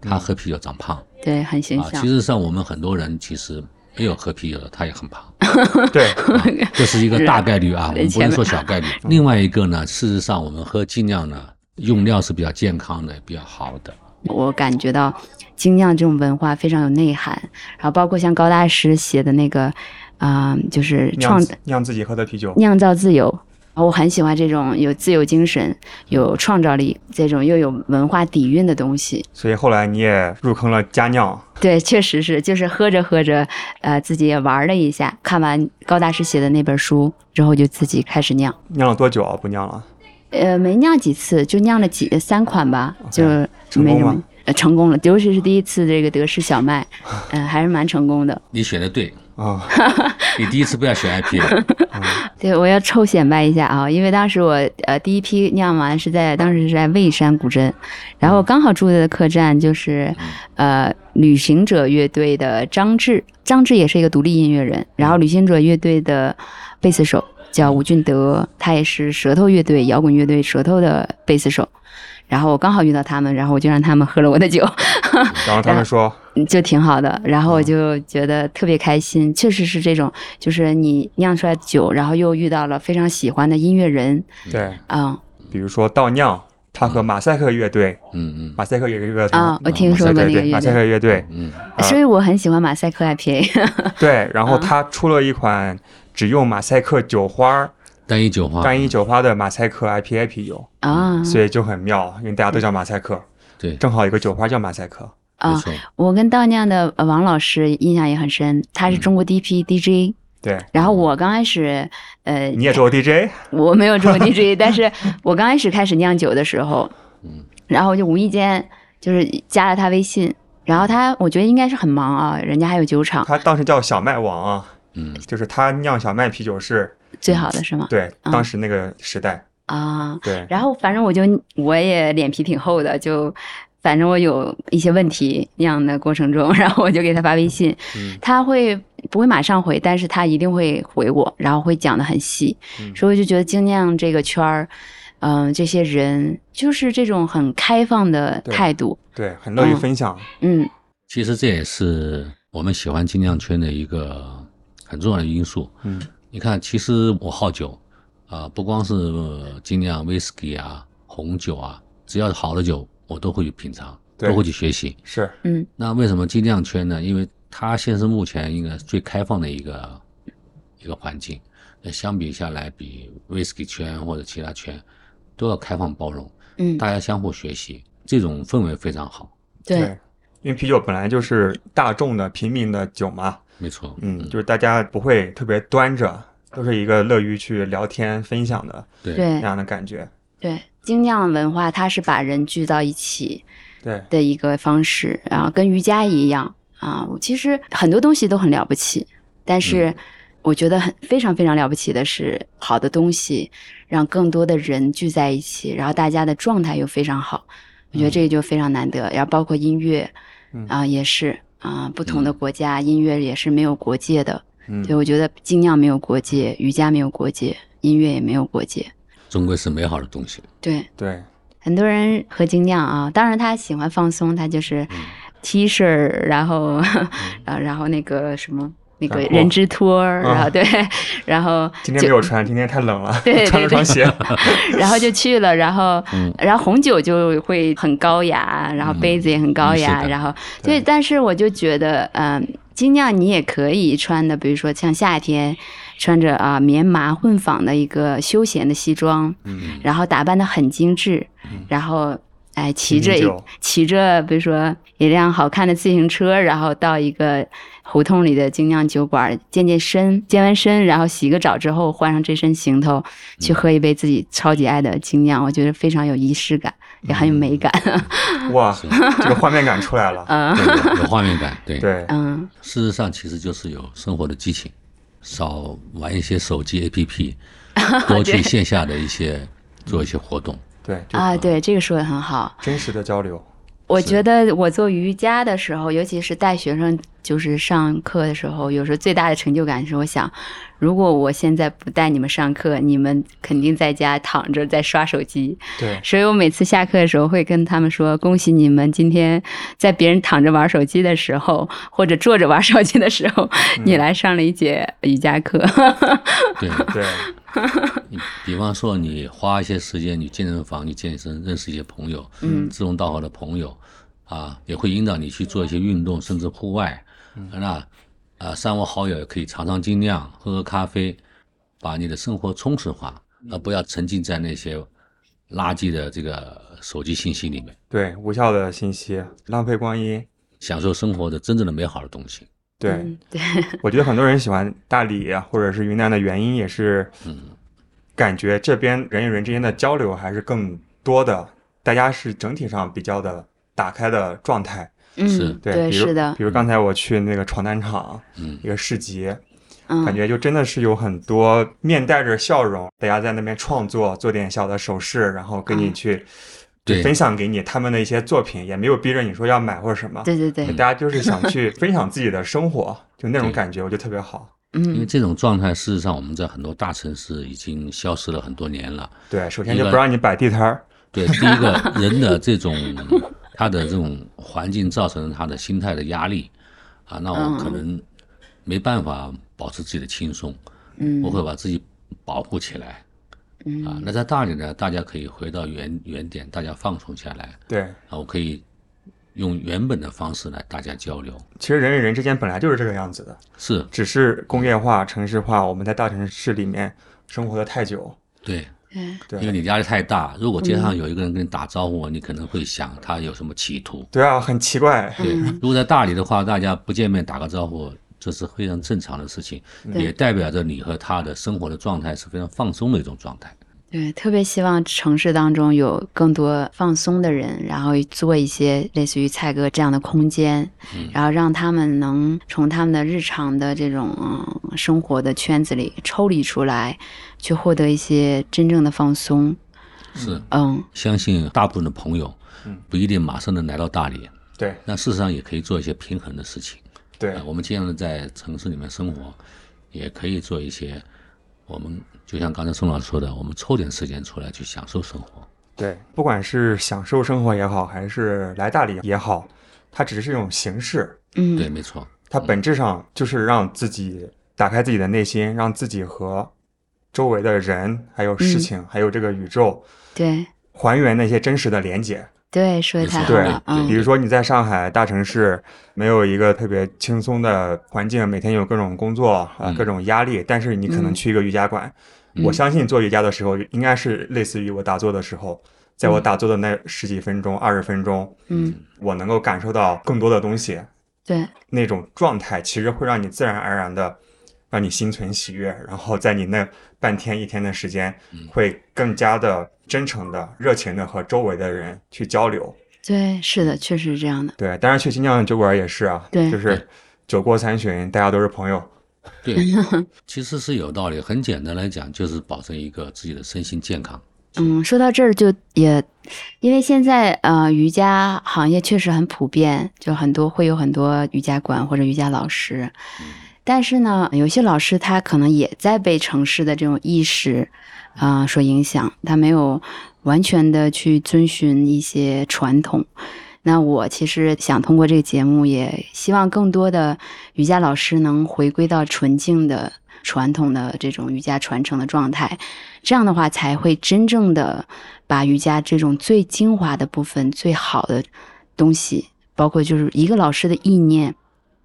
S3: 他喝啤酒长胖、
S4: 对，很形
S3: 啊。
S4: 象。
S3: 其实上我们很多人其实没有喝啤酒的，他也很胖。
S4: [LAUGHS]
S2: 对，
S3: 这是一个大概
S2: [LAUGHS]
S3: 率啊，我们不
S4: 前
S3: 能
S4: 面
S3: 说小概率。另外一个呢，事实上我们喝尽量呢，用料是比较健康的，比较好的。
S4: 我感觉到精酿这种文化非常有内涵，然后包括像高大师写的那个，啊、就是
S2: 酿
S4: 创
S2: 自酿自己喝的啤酒。
S4: 酿造自由。然后我很喜欢这种有自由精神、有创造力、这种又有文化底蕴的东西。
S2: 所以后来你也入坑了佳酿。
S4: 对，确实是，就是喝着喝着，呃，自己也玩了一下。看完高大师写的那本书之后，就自己开始酿。
S2: 酿了多久啊？不酿了，
S4: 呃，没酿几次，就酿了几三款吧
S2: OK，
S4: 就
S2: 成
S4: 没
S2: 功
S4: 什么
S2: 吗
S4: 呃，成功了，尤其是第一次这个德式小麦，嗯、还是蛮成功的。
S3: 你选的对，
S4: [LAUGHS]
S2: 啊、
S3: 你第一次不要选 IPA。
S2: [LAUGHS]
S4: 对，我要臭显摆一下啊，因为当时我呃第一批酿完是在当时是在蔚山古镇，然后我刚好住的客栈就是呃旅行者乐队的张志，张志也是一个独立音乐人，然后旅行者乐队的贝斯手叫吴俊德，他也是舌头乐队摇滚乐队舌头的贝斯手。然后我刚好遇到他们，然后我就让他们喝了我的酒，
S2: 然后他们说，
S4: 就挺好的。然
S2: 嗯
S4: 后我就觉得特别开心，确实是这种，就是你酿出来的酒，然后又遇到了非常喜欢的音乐人，
S2: 对，
S4: 嗯
S2: 比如说倒酿，他和马赛克乐队，
S3: 嗯嗯
S2: 马赛克也是一个挺好
S4: 啊，我听说过那个乐
S2: 马赛啊克
S4: 队，
S2: 乐队，
S3: 嗯，
S4: [LAUGHS] 所以我很喜欢马赛克
S2: [LAUGHS]
S4: IPA，
S2: 对，然
S4: 嗯
S2: 后他出了一款只用马赛克酒花儿、
S3: 单一
S4: 嗯
S3: 酒花。
S2: 单一酒花的马赛克 IPA 啤酒，
S4: 啊
S2: 所以就很妙，因为大家都叫马赛克，
S3: 对，
S2: 正好有个酒花叫马赛克。
S3: 没
S4: 啊！
S3: 错。
S4: 我跟道酿的呃王老师印象也很深，他
S2: 嗯
S4: 是中国第一批 DJ。
S2: 对，
S4: 然后我刚开始，呃，
S2: 你也做过 DJ，
S4: 我没有做过
S2: [LAUGHS]
S4: DJ，但是我刚开始开始酿酒的时候，
S3: 嗯，
S4: 然后我就无意间就是加了他微信，然后他我觉得应该是很忙啊，人家还有酒厂，
S2: 他当时叫小麦王啊，
S3: 嗯，
S2: 就是他酿小麦啤酒是
S4: 最好的是吗？
S2: 对
S4: 嗯
S2: 当时那个时代，
S4: 啊，
S2: 对，
S4: 然后反正我就我也脸皮挺厚的，就反正我有一些问题酿的过程中， [LAUGHS] 然后我就给他发微信，
S2: 嗯
S4: 他会不会马上回，但是他一定会回我，然后会讲的很细，
S2: 嗯
S4: 所以我就觉得精酿这个圈儿，嗯、这些人就是这种很开放的
S2: 对
S4: 态度，
S2: 对，很乐于
S4: 嗯
S2: 分享，
S4: 嗯
S3: 其实这也是我们喜欢精酿圈的一个很重要的因素。
S2: 嗯，
S3: 你看，其实我好酒，啊、不光是呃精酿威士忌啊、红酒啊，只要是好的酒，我都会去品尝，
S2: 对
S3: 都会去学习。
S2: 是
S4: 嗯
S3: 那为什么精酿圈呢？因为它现是目前应该最开放的一个一个环境，那相比下来，比威士忌圈或者其他圈都要开放包容，
S4: 嗯，
S3: 大家相互学习，这种氛围非常好。
S4: 对，
S2: 因为啤酒本来就是大众的、平民的酒嘛，
S3: 没错，
S2: 嗯，就是大家不会特别端着，都是一个乐于去聊天、分享的
S3: 对
S2: 那
S4: 对
S2: 样的感觉。
S4: 对，精酿文化它是把人聚到一起，
S2: 对，
S4: 的一个方式啊，跟瑜伽一样啊。我其实很多东西都很了不起，但是
S2: 嗯
S4: 我觉得很非常非常了不起的是，好的东西让更多的人聚在一起，然后大家的状态又非常好，我觉得这个就非常难得。然后包括音乐
S2: 嗯
S4: 啊，也是啊，不同的国家音乐也是没有国界的，
S2: 嗯
S4: 所以，我觉得精酿没有国界，瑜伽没有国界，音乐也没有国界，
S3: 终归是美好的东西。
S4: 对。
S2: 对，
S4: 很多人喝精酿啊，当然他喜欢放松，他就是
S3: 嗯
S4: T 恤儿，然后啊， [LAUGHS] 然后那个什么那个
S2: 短裤
S4: 人字拖儿，
S2: 啊
S3: [LAUGHS]
S4: 然后对，然后
S2: 今天没有穿，今天太冷了，[LAUGHS]
S4: 对
S2: 穿了
S4: 对
S2: 双
S4: 对 [LAUGHS]
S2: 鞋。
S4: 然后就去了，然后
S3: 嗯
S4: 然后红酒就会很高雅，然后
S3: 嗯
S4: 杯子也很高
S3: 嗯
S4: 雅，
S3: 是的
S4: 然后
S2: 对
S4: 所以但是我就觉得，嗯，精酿你也可以穿的，比如说像夏天穿着啊棉麻混纺的一个休闲的西装，
S3: 嗯，
S4: 然后打扮的很精致，然后哎骑着
S2: 品
S4: 一
S2: 酒
S4: 骑着，比如说一辆好看的自行车，然后到一个胡同里的精酿酒馆健健身，健完身然后洗个澡之后换上这身行头去喝一杯自己超级爱的精酿，我觉得非常有仪式感，也很有美感。
S2: 哇，这个画面感出来了。
S4: 嗯
S3: 对有有画面感，对。
S4: [LAUGHS]
S2: 对，
S4: 嗯，
S3: 事实上，其实就是有生活的激情，少玩一些手机 APP，多去线下的一些做一些活动。
S2: 对，就
S4: 啊，对，这个说的很好。
S2: 真实的交流。
S4: 我觉得我做瑜伽的时候，尤其是带学生就是上课的时候，有时候最大的成就感是，我想，如果我现在不带你们上课，你们肯定在家躺着在刷手机。
S2: 对，
S4: 所以我每次下课的时候会跟他们说：“恭喜你们，今天在别人躺着玩手机的时候，或者坐着玩手机的时候，你来上了一节瑜伽课。
S3: 对，
S2: 对，
S3: 你比方说你花一些时间，你健身房，你健身，认识一些朋友，
S4: 嗯
S3: 志同道合的朋友，啊，也会引导你去做一些运动，甚至户外。那啊，三五好友也可以尝尝精酿，喝喝咖啡，把你的生活充实化，而不要沉浸在那些垃圾的这个手机信息里面。
S2: 对，无效的信息，浪费光阴。
S3: 享受生活的真正的美好的东西。
S2: 对，
S4: 嗯对，
S2: 我觉得很多人喜欢大理啊或者是云南的原因也是，
S3: 嗯
S2: 感觉这边人与人之间的交流还是更多的，大家是整体上比较的打开的状态。
S3: 是
S4: 嗯，对，
S2: 比如
S4: 是的，
S2: 比如刚才我去那个床单厂
S3: 嗯
S2: 一个市集，感
S4: 嗯，
S2: 觉就真的是有很多面带着笑容，大家在那边创作，做点小的手势，然后跟你
S4: 嗯
S2: 去
S3: 对
S2: 分享给你他们的一些作品，也没有逼着你说要买或者什么，
S4: 对对对，
S2: 大家就是想
S3: [LAUGHS]
S2: 去分享自己的生活，就那种
S3: 对
S2: 感觉，我觉得特别好。
S3: 因为
S4: 嗯，
S3: 这种状态，事实上我们在很多大城市已经消失了很多年了。
S2: 对，首先
S3: 一
S2: 就
S3: 个
S2: 不让你摆地摊儿，
S3: 对，第一个人的这种他的这种环境造成他的心态的压力啊，那我可能没办法保持自己的轻松，
S4: 嗯，
S3: 我会把自己保护起来啊。那在大理呢，大家可以回到原原点，大家放松下来
S2: 对，
S3: 啊，我可以用原本的方式来大家交流。
S2: 其实人与人之间本来就是这个样子的，
S3: 是
S2: 只是工业化、城市化，我们在大城市里面生活的太久，
S3: 对，
S4: 对
S3: 因
S2: 对，
S3: 为你压力太大。如果街上有一个人跟你打招呼，你可能会想他有什么企图。
S2: 对啊，很奇怪，
S3: 对，如果在大理的话，大家不见面打个招呼，这是非常正常的事情，
S4: 对
S3: 也代表着你和他的生活的状态是非常放松的一种状态。
S4: 对，特别希望城市当中有更多放松的人，然后做一些类似于蔡哥这样的空间，然后让他们能从他们的日常的这种、嗯、生活的圈子里抽离出来，去获得一些真正的放松。
S3: 是，
S4: 嗯，
S3: 相信大部分的朋友
S2: 嗯，
S3: 不一定马上能来到大理，
S2: 对
S3: 那事实上也可以做一些平衡的事情。
S2: 对
S3: 呃，我们尽量的在城市里面生活，也可以做一些，我们就像刚才宋老师说的，我们抽点时间出来去享受生活。
S2: 对，不管是享受生活也好，还是来大理也好，它只是一种形式，
S4: 嗯，
S3: 对，没错，
S2: 它本质上就是让自己打开自己的内心，让自己和周围的人、还有事情、还有这个宇宙
S4: 对
S2: 还原那些真实的连接。
S4: 对，说的太好
S2: 对
S4: 了，，
S2: 比
S4: 嗯
S2: 如说你在上海大城市，没有一个特别轻松的环境，每天有各种工作啊、
S3: 嗯
S2: 各种压力，但是你可能
S4: 嗯
S2: 去一个瑜伽馆，
S3: 嗯
S2: 我相信做瑜伽的时候，应该是类似于我打坐的时候，在我
S4: 嗯
S2: 打坐的那十几分钟、二十分钟，
S4: 嗯，
S2: 我能够感受到更多的东西，
S4: 对
S2: 那种状态其实会让你自然而然的让你心存喜悦，然后在你那半天一天的时间，
S3: 嗯
S2: 会更加的真诚的、热情的和周围的人去交流。
S4: 对，是的，确实是这样的。
S2: 对，当然去新疆的酒馆也是啊，
S4: 对
S2: 就是酒过三巡，大家都是朋友。
S3: 对，其实是有道理。很简单来讲，就是保证一个自己的身心健康。
S4: 嗯，说到这儿就也，因为现在呃瑜伽行业确实很普遍，就很多会有很多瑜伽馆或者瑜伽老师，但是呢，有些老师他可能也在被城市的这种意识啊、呃所影响，他没有完全的去遵循一些传统。那我其实想通过这个节目，也希望更多的瑜伽老师能回归到纯净的传统的这种瑜伽传承的状态，这样的话才会真正的把瑜伽这种最精华的部分、最好的东西，包括就是一个老师的意念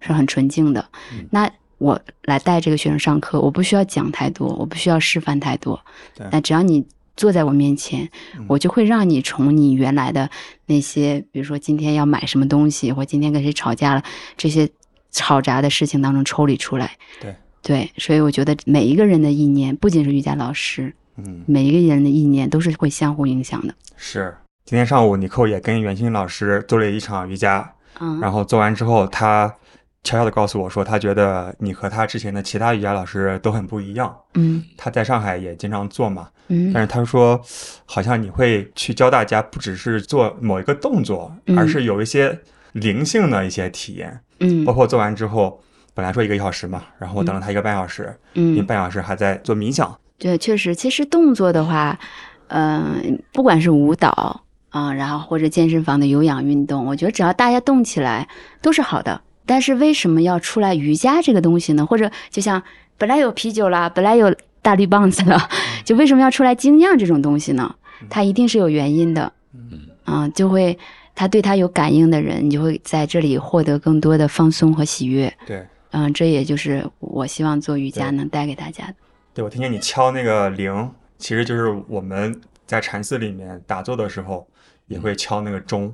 S4: 是很纯净的。
S2: 嗯
S4: 那我来带这个学生上课，我不需要讲太多，我不需要示范太多
S2: 对，嗯
S4: 那只要你坐在我面前，我就会让你从你原来的那些，比如说今天要买什么东西，或今天跟谁吵架了，这些吵杂的事情当中抽离出来。
S2: 对
S4: 对，所以我觉得每一个人的意念，不仅是瑜伽老师，
S2: 嗯，
S4: 每一个人的意念都是会相互影响的。
S2: 是。今天上午，尼寇也跟袁鑫老师做了一场瑜伽，
S4: 嗯，
S2: 然后做完之后，他悄悄的告诉我说，他觉得你和他之前的其他瑜伽老师都很不一样。
S4: 嗯
S2: 他在上海也经常做嘛，但
S4: 嗯，
S2: 是他说，好像你会去教大家，不只是做某一个动作，
S4: 嗯
S2: 而是有一些灵性的一些体验，
S4: 嗯
S2: 包括做完之后，本来说一个小时嘛，然后我等了他一个半小时，因为
S4: 嗯，
S2: 半小时还在做冥想，
S4: 对，确实，其实动作的话，嗯、不管是舞蹈啊、然后或者健身房的有氧运动，我觉得只要大家动起来都是好的。但是为什么要出来瑜伽这个东西呢？或者就像本来有啤酒啦，本来有大绿棒子了，
S2: 嗯
S4: 就为什么要出来精酿这种东西呢？它一定是有原因的。
S3: 嗯，
S4: 啊，就会他对他有感应的人，你就会在这里获得更多的放松和喜悦。
S2: 对。
S4: 嗯，这也就是我希望做瑜伽
S2: 对
S4: 能带给大家的。
S2: 对，我听见你敲那个铃，其实就是我们在禅寺里面打坐的时候也会敲那个钟，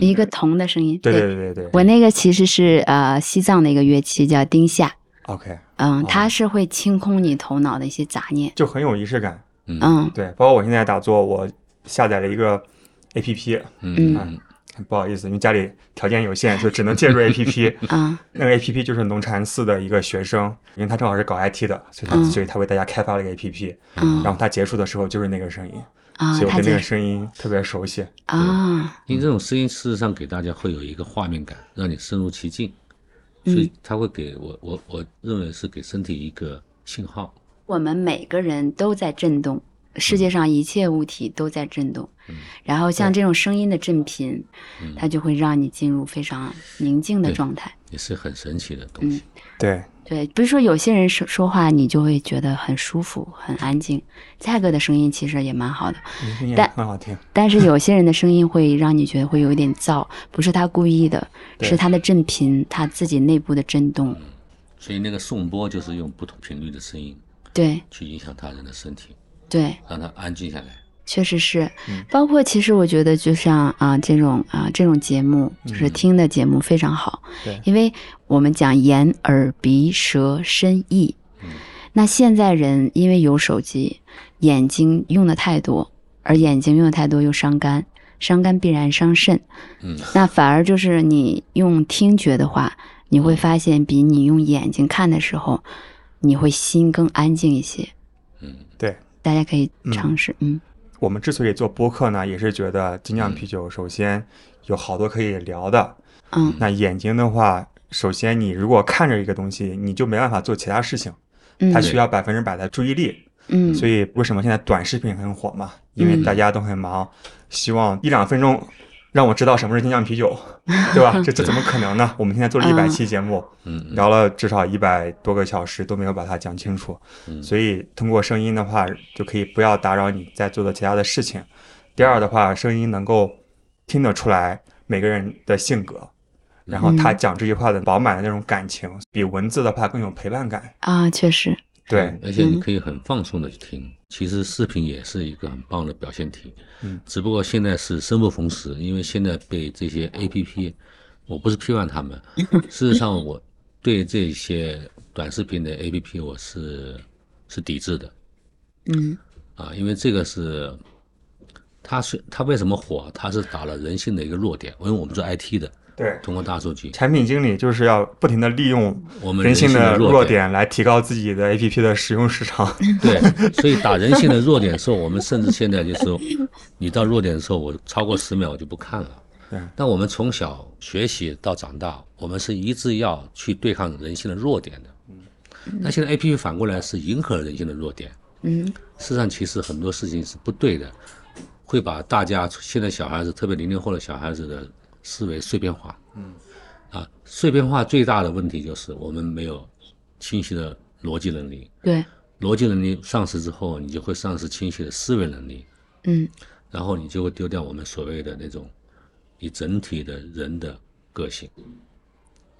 S4: 一个铜的声音，
S2: 嗯对对对对对
S4: 我那个其实是呃西藏的一个乐器叫丁夏，
S2: ，OK，
S4: 嗯，
S2: 哦
S4: 它是会清空你头脑的一些杂念，
S2: 就很有仪式感。
S4: 嗯
S2: 对，包括我现在打坐，我下载了一个 APP，
S3: 嗯
S2: 嗯不好意思，因为家里条件有限，就只能借助 APP。
S4: [LAUGHS] 啊
S2: 那个 APP 就是龙禅寺的一个学生，因为他正好是搞 IT 的，所以他、
S4: 嗯
S2: 所以他为大家开发了一个 APP，
S4: 嗯
S2: 然后他结束的时候就是那个声音，
S4: 啊
S2: 所以，我
S4: 它
S2: 对那
S4: 就
S2: 个嗯声音特别熟悉。
S4: 啊，
S3: 因为这种声音事实上给大家会有一个画面感，让你深入其境，所以它会给我我我认为是给身体一个信号。
S4: 我们每个人都在震动，世界上一切物体都在震动，
S2: 嗯
S4: 然后像
S2: 对
S4: 这种声音的振频，
S2: 嗯
S4: 它就会让你进入非常宁静的
S3: 对
S4: 状态。
S3: 也是很神奇的东西。
S2: 对，
S4: 对，不是说有些人说说话你就会觉得很舒服、很安静，蔡哥的声音其实也蛮好的，
S2: 那声音也
S4: 但
S2: 很好听。
S4: 但是有些人的声音会让你觉得会有一点燥，不是他故意的，
S2: 对
S4: 是他的振频，他自己内部的震动。
S3: 所以那个颂钵就是用不同频率的声音
S4: 对
S3: 去影响他人的身体，
S4: 对，
S3: 让他安静下来。
S4: 确实是，包括其实我觉得就像啊、这种啊、这种节目，就是听的节目非常好，
S2: 对
S4: 因为我们讲眼、耳、鼻、舌、身、意，那现在人因为有手机，眼睛用的太多，而眼睛用的太多又伤肝，伤肝必然伤肾，
S3: 嗯，
S4: 那反而就是你用听觉的话，你会发现比你用眼睛看的时候，你会心更安静一些，
S3: 嗯，
S2: 对
S4: 大家可以尝试，嗯
S2: 我们之所以做播客呢，也是觉得精酿啤酒首先有好多可以聊的。
S4: 嗯。
S2: 那眼睛的话，首先你如果看着一个东西，你就没办法做其他事情，
S4: 嗯
S2: 它需要百分之百的注意力。
S4: 嗯，
S2: 所以为什么现在短视频很火嘛？因为
S4: 嗯
S2: 大家都很忙，希望一两分钟让我知道什么是精酿啤
S4: [LAUGHS]
S2: 酒，对吧？这这怎么可能呢？我们现在做了一百期节目，
S3: 嗯，
S2: 聊了至少一百多个小时都没有把它讲清楚，
S3: 嗯
S2: 所以通过声音的话，就可以不要打扰你在做的其他的事情。第二的话，声音能够听得出来每个人的性格，然
S4: 嗯
S2: 后他讲这句话的饱满的那种感情，比文字的话更有陪伴感。
S4: 啊，确实，
S2: 对，
S3: 而且你可以很放松的去听。其实视频也是一个很棒的表现体，
S2: 嗯，
S3: 只不过现在是生不逢时，因为现在被这些 A P P，我不是批判他们，事实上我对这些短视频的 A P P 我是是抵制的
S4: 嗯
S3: 啊，因为这个是。它是它为什么火？啊它是打了人性的一个弱点，因为我们做 IT 的，
S2: 对，
S3: 通过大数据，
S2: 产品经理就是要不停的利用
S3: 我们
S2: 人性
S3: 性
S2: 的弱
S3: 弱
S2: 点来提高自己的 APP 的使用时长。
S3: [LAUGHS] 对，所以打人性的弱点的时候，我们甚至现在就是，你到弱点的时候，我超过十秒我就不看了
S2: 对。
S3: 但我们从小学习到长大，我们是一致要去对抗人性的弱点的。那现在 A P P 反过来是迎合人性的弱点，
S4: 嗯
S3: 事实上其实很多事情是不对的，会把大家现在小孩子，特别零零后的小孩子的思维碎片化。嗯，啊，碎片化最大的问题就是我们没有清晰的逻辑能力。
S4: 对，
S3: 逻辑能力丧失之后，你就会丧失清晰的思维能力，
S4: 嗯
S3: 然后你就会丢掉我们所谓的那种你整体的人的个性，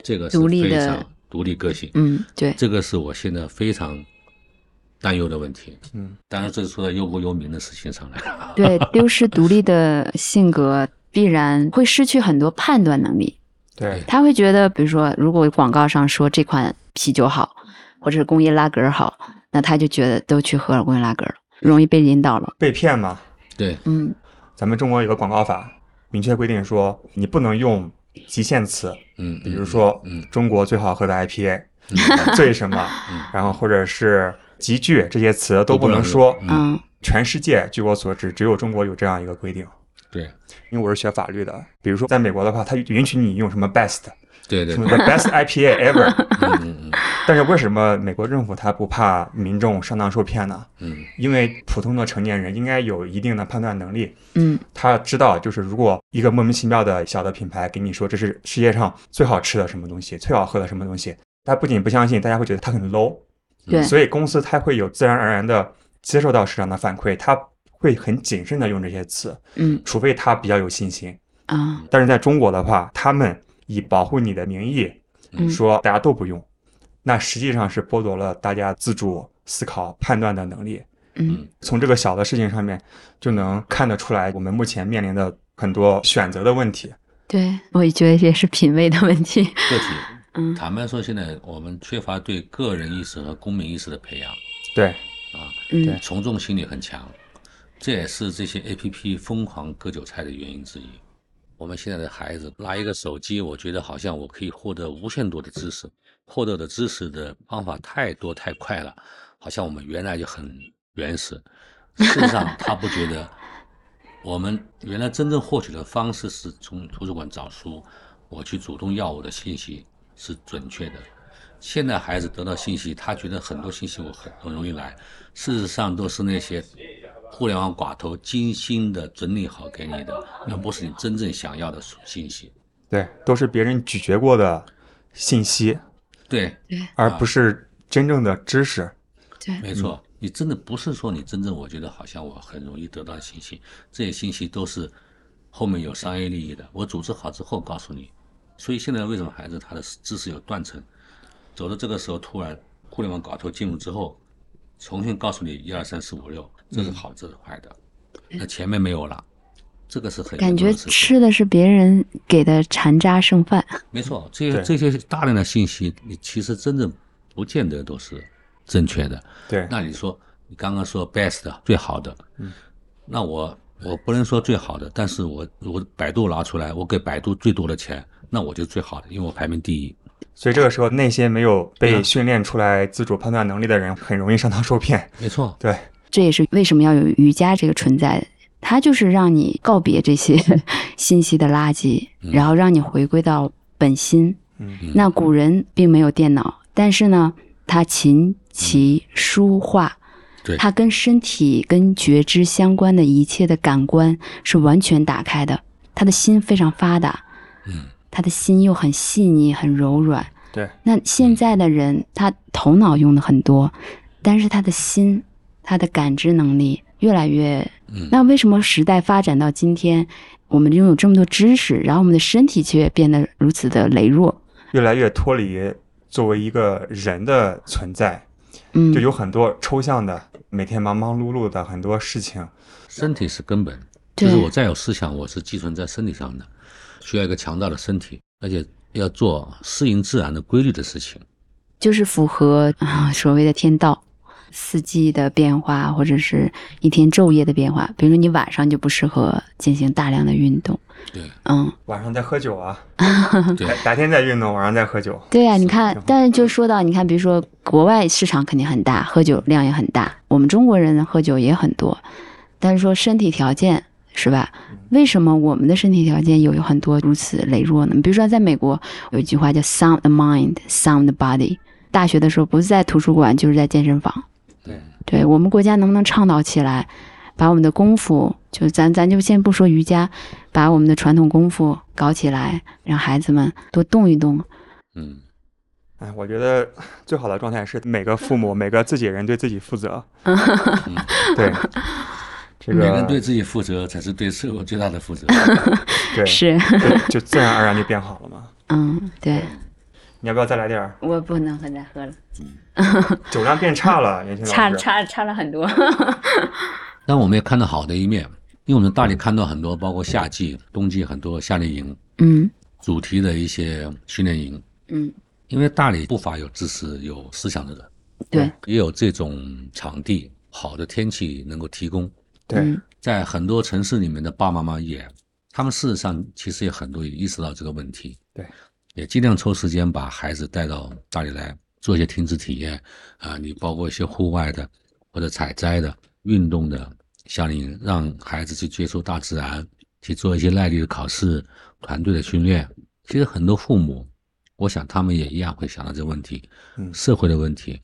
S3: 这个是
S4: 独立
S3: 非
S4: 的
S3: 常独立个性，
S4: 嗯，对，
S3: 这个是我现在非常担忧的问题。
S2: 嗯，
S3: 当然这说到忧国忧民的事情上来
S2: [LAUGHS]
S3: 了。
S4: 对，丢失独立的性格，必然会失去很多判断能力。
S2: 对，
S4: 他会觉得，比如说，如果广告上说这款啤酒好，或者是工业拉格好，那他就觉得都去喝了工业拉格了，容易被引导了。
S2: 被骗嘛，
S3: 对，
S4: 嗯
S2: 咱们中国有个广告法，明确规定说你不能用极限词，
S3: 嗯，
S2: 比如说
S3: 嗯
S2: 中国最好喝的 IPA、
S3: 嗯
S2: [LAUGHS] 最什么，然后或者是极具这些词都不能说。
S3: 嗯
S4: 嗯
S2: 全世界据我所知，只有中国有这样一个规定。
S3: 嗯对
S2: 因为我是学法律的，比如说在美国的话，它允许你用什么 best，
S3: 对对
S2: 什么
S3: 对，
S2: the best IPA ever，
S3: [LAUGHS] 嗯嗯
S2: 但是为什么美国政府它不怕民众上当受骗呢？
S3: 嗯
S2: 因为普通的成年人应该有一定的判断能力，
S4: 嗯
S2: 他知道，就是如果一个莫名其妙的小的品牌给你说这是世界上最好吃的什么东西，最好喝的什么东西，他不仅不相信，大家会觉得他很 low，
S4: 对
S2: 所以公司它会有自然而然的接受到市场的反馈，它会很谨慎的用这些词，
S4: 嗯
S2: 除非他比较有信心。
S4: 啊
S2: 但是在中国的话，他们以保护你的名义
S4: 嗯
S2: 说大家都不用，那实际上是剥夺了大家自主思考判断的能力。
S4: 嗯
S2: 从这个小的事情上面就能看得出来，我们目前面临的很多选择的问题。
S4: 对，我也觉得也是品味的问题。
S3: 个体，
S4: 嗯
S3: 坦白说，现在我们缺乏对个人意识和公民意识的培养。
S2: 对，对
S4: 嗯
S3: 从众心理很强，这也是这些 A P P 疯狂割韭菜的原因之一。我们现在的孩子拿一个手机，我觉得好像我可以获得无限多的知识，获得的知识的方法太多太快了，好像我们原来就很原始。事实上，他不觉得我们原来真正获取的方式是从图书馆找书，我去主动要我的信息是准确的。现在孩子得到信息，他觉得很多信息我很很容易来，事实上都是那些互联网寡头精心的整理好给你的，而不是你真正想要的信息。
S2: 对，都是别人咀嚼过的信息，
S3: 对，
S2: 而不是真正的知识。
S4: 对，
S3: 没错，你真的不是说你真正，我觉得好像我很容易得到的信息，这些信息都是后面有商业利益的，我组织好之后告诉你。所以现在为什么孩子他的知识有断层，走到这个时候突然互联网寡头进入之后，重新告诉你一二三四五六，这
S4: 嗯
S3: 是好，这是坏的，那前面没有了，这个是很
S4: 感
S3: 严重
S4: 觉
S3: 的事情
S4: 吃的是别人给的残渣剩饭。
S3: 没错，这些
S2: 对
S3: 这些大量的信息，你其实真正不见得都是正确的。
S2: 对，
S3: 那你说，你刚刚说 best 的最好的，嗯，那我我不能说最好的，但是我如果百度拿出来，我给百度最多的钱，那我就最好的，因为我排名第一。
S2: 所以这个时候，那些没有被
S3: 嗯
S2: 训练出来自主判断能力的人，很容易上当受骗。
S3: 没错，
S2: 对，
S4: 这也是为什么要有瑜伽这个存在，它就是让你告别这些 [LAUGHS] 信息的垃圾，然后让你回归到本心。
S2: 嗯
S4: 那古人并没有电脑，但是呢，他琴棋书画
S3: 对。
S4: 它跟身体、跟觉知相关的一切的感官是完全打开的，他的心非常发达，
S3: 嗯，
S4: 他的心又很细腻、很柔软。
S2: 对，
S4: 那现在的人，他头脑用的很多，但是他的心，他的感知能力越来越……
S3: 嗯
S4: 那为什么时代发展到今天，我们拥有这么多知识，然后我们的身体却变得如此的羸弱？
S2: 越来越脱离作为一个人的存在，
S4: 嗯，
S2: 就有很多抽象的，每天忙忙碌碌的很多事情。
S3: 身体是根本，就
S4: 对
S3: 是我再有思想，我是寄存在身体上的，需要一个强大的身体，而且要做适应自然的规律的事情。
S4: 就是符合 [LAUGHS] 啊所谓的天道，四季的变化，或者是一天昼夜的变化。比如说你晚上就不适合进行大量的运动，
S3: 对
S4: 嗯，
S2: 晚上再喝酒啊，
S3: 对
S2: 白，白天在运动，晚上再喝酒。
S4: 对呀、啊你
S2: 然
S4: 看
S2: 后，
S4: 但是就说到你看，比如说国外市场肯定很大，喝酒量也很大，我们中国人喝酒也很多，但是说身体条件是吧？为什么我们的身体条件有有很多如此羸弱呢？比如说，在美国有一句话叫 “sound mind, sound body”。大学的时候不是在图书馆就是在健身房。
S3: 对，
S4: 对我们国家能不能倡导起来，把我们的功夫，就咱咱就先不说瑜伽，把我们的传统功夫搞起来，让孩子们多动一动，
S3: 嗯，
S2: 哎，我觉得最好的状态是每个父母、每个自己人对自己负责。对，这
S3: 嗯每个
S2: 个
S3: 人对自己负责才是对社会最大的负责。
S2: 对
S4: 是，
S2: 就就自然而然就变好了嘛。
S4: 嗯，对，
S2: 你要不要再来点儿？
S4: 我不能和再喝了，
S2: 酒量变差了，袁泉老师。
S4: 差差差了很多。
S3: 但我们也看到好的一面，因为我们大理看到很多，包括夏季、冬季很多夏令营、
S4: 嗯
S3: 主题的一些训练营。
S4: 嗯，
S3: 因为大理不乏有知识、有思想的人，
S4: 对，
S3: 也有这种场地、好的天气能够提供。
S2: 对，
S4: 嗯
S3: 在很多城市里面的爸爸妈妈也，他们事实上其实也很多也意识到这个问题，
S2: 对，
S3: 也尽量抽时间把孩子带到大理来做一些停止体验啊、你包括一些户外的或者采摘的运动的夏令营，让孩子去接触大自然，去做一些耐力的考试、团队的训练。其实很多父母，我想他们也一样会想到这个问题，
S2: 嗯
S3: 社会的问题，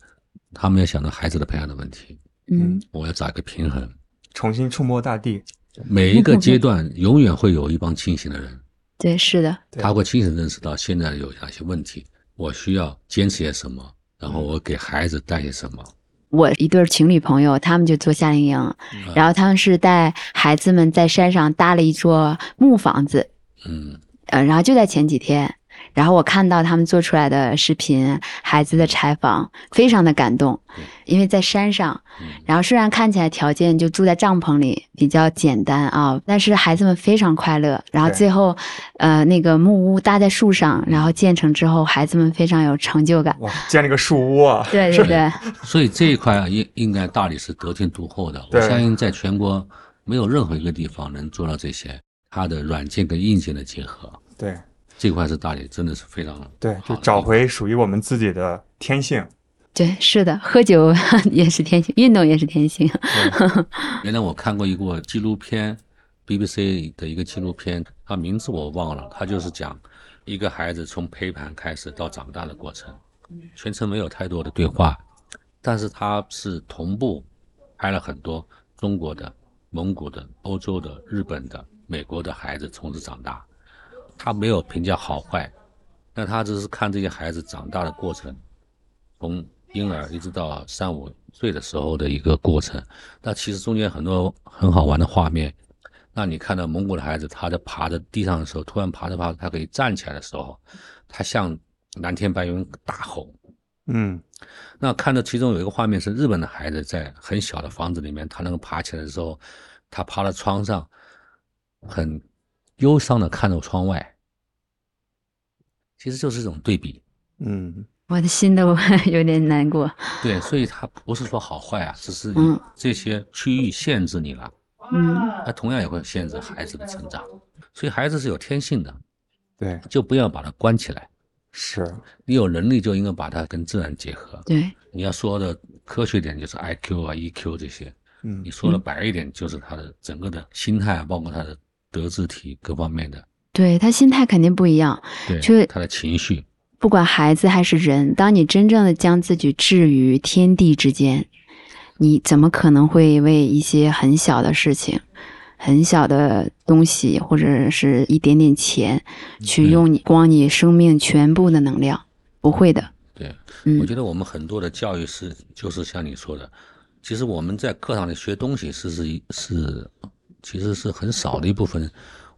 S3: 他们也想到孩子的培养的问题，
S4: 嗯，
S3: 我要找一个平衡。
S2: 重新触摸大地。
S3: 每一个阶段永远会有一帮清醒的人，
S4: 对，是的，
S2: 对
S3: 他会清醒地认识到现在有哪些问题，我需要坚持些什么，然后我给孩子带些什么。
S4: 我一对儿情侣朋友，他们就做夏令营，
S2: 嗯
S4: 然后他们是带孩子们在山上搭了一座木房子，
S3: 嗯，
S4: 呃，然后就在前几天，然后我看到他们做出来的视频，孩子的采访，非常的感动，因为在山上，
S3: 嗯
S4: 然后虽然看起来条件就住在帐篷里比较简单啊，但是孩子们非常快乐。然后
S2: 对
S4: 最后，呃，那个木屋搭在树上，然后建成之后，孩子们非常有成就感。
S2: 哇，建了个树屋啊！
S4: 对对对，
S3: 所以这一块啊应应该大理是得天独厚的，我
S2: 对
S3: 相信在全国没有任何一个地方能做到这些，它的软件跟硬件的结合，
S2: 对
S3: 这块是大理真的是非常
S2: 对，
S3: 好
S2: 就
S3: 的
S2: 找回属于我们自己的天性。
S4: 对，是的，喝酒也是天性，运动也是天性。
S3: [LAUGHS] 原来我看过一个纪录片，BBC 的一个纪录片，它名字我忘了，它就是讲一个孩子从陪盘开始到长大的过程，全程没有太多的对话，但是它是同步拍了很多中国的、蒙古的、欧洲的、日本的、美国的孩子从此长大，他没有评价好坏，那他只是看这些孩子长大的过程，从婴儿一直到三五岁的时候的一个过程。那其实中间很多很好玩的画面。那你看到蒙古的孩子，他在爬着地上的时候，突然爬着爬着，他可以站起来的时候，他向蓝天白云大吼。
S2: 嗯，
S3: 那看到其中有一个画面是日本的孩子在很小的房子里面，他能够爬起来的时候，他爬到窗上，很忧伤的看着窗外。其实就是一种对比，
S2: 嗯，
S4: 我的心都 [LAUGHS] 有点难过。
S3: 对，所以它不是说好坏啊，只是你
S4: 嗯
S3: 这些区域限制你了。
S4: 嗯，
S3: 它同样也会限制孩子的成长。所以孩子是有天性的，
S2: 对，
S3: 就不要把它关起来。
S2: 是，
S3: 你有能力就应该把它跟自然结合。
S4: 对，
S3: 你要说的科学一点就是 I Q 啊、E Q 这些，
S2: 嗯
S3: 你，说的白一点就是他的整个的心态啊，包括他的德智体各方面的，
S4: 对他心态肯定不一样。就是
S3: 对他的情绪，
S4: 不管孩子还是人，当你真正的将自己置于天地之间，你怎么可能会为一些很小的事情、很小的东西或者是一点点钱，去
S3: 嗯
S4: 用你光你生命全部的能量，不会的。
S3: 对，我
S4: 嗯
S3: 觉得我们很多的教育是，就是像你说的，其实我们在课堂里学东西是是一是，其实是很少的一部分，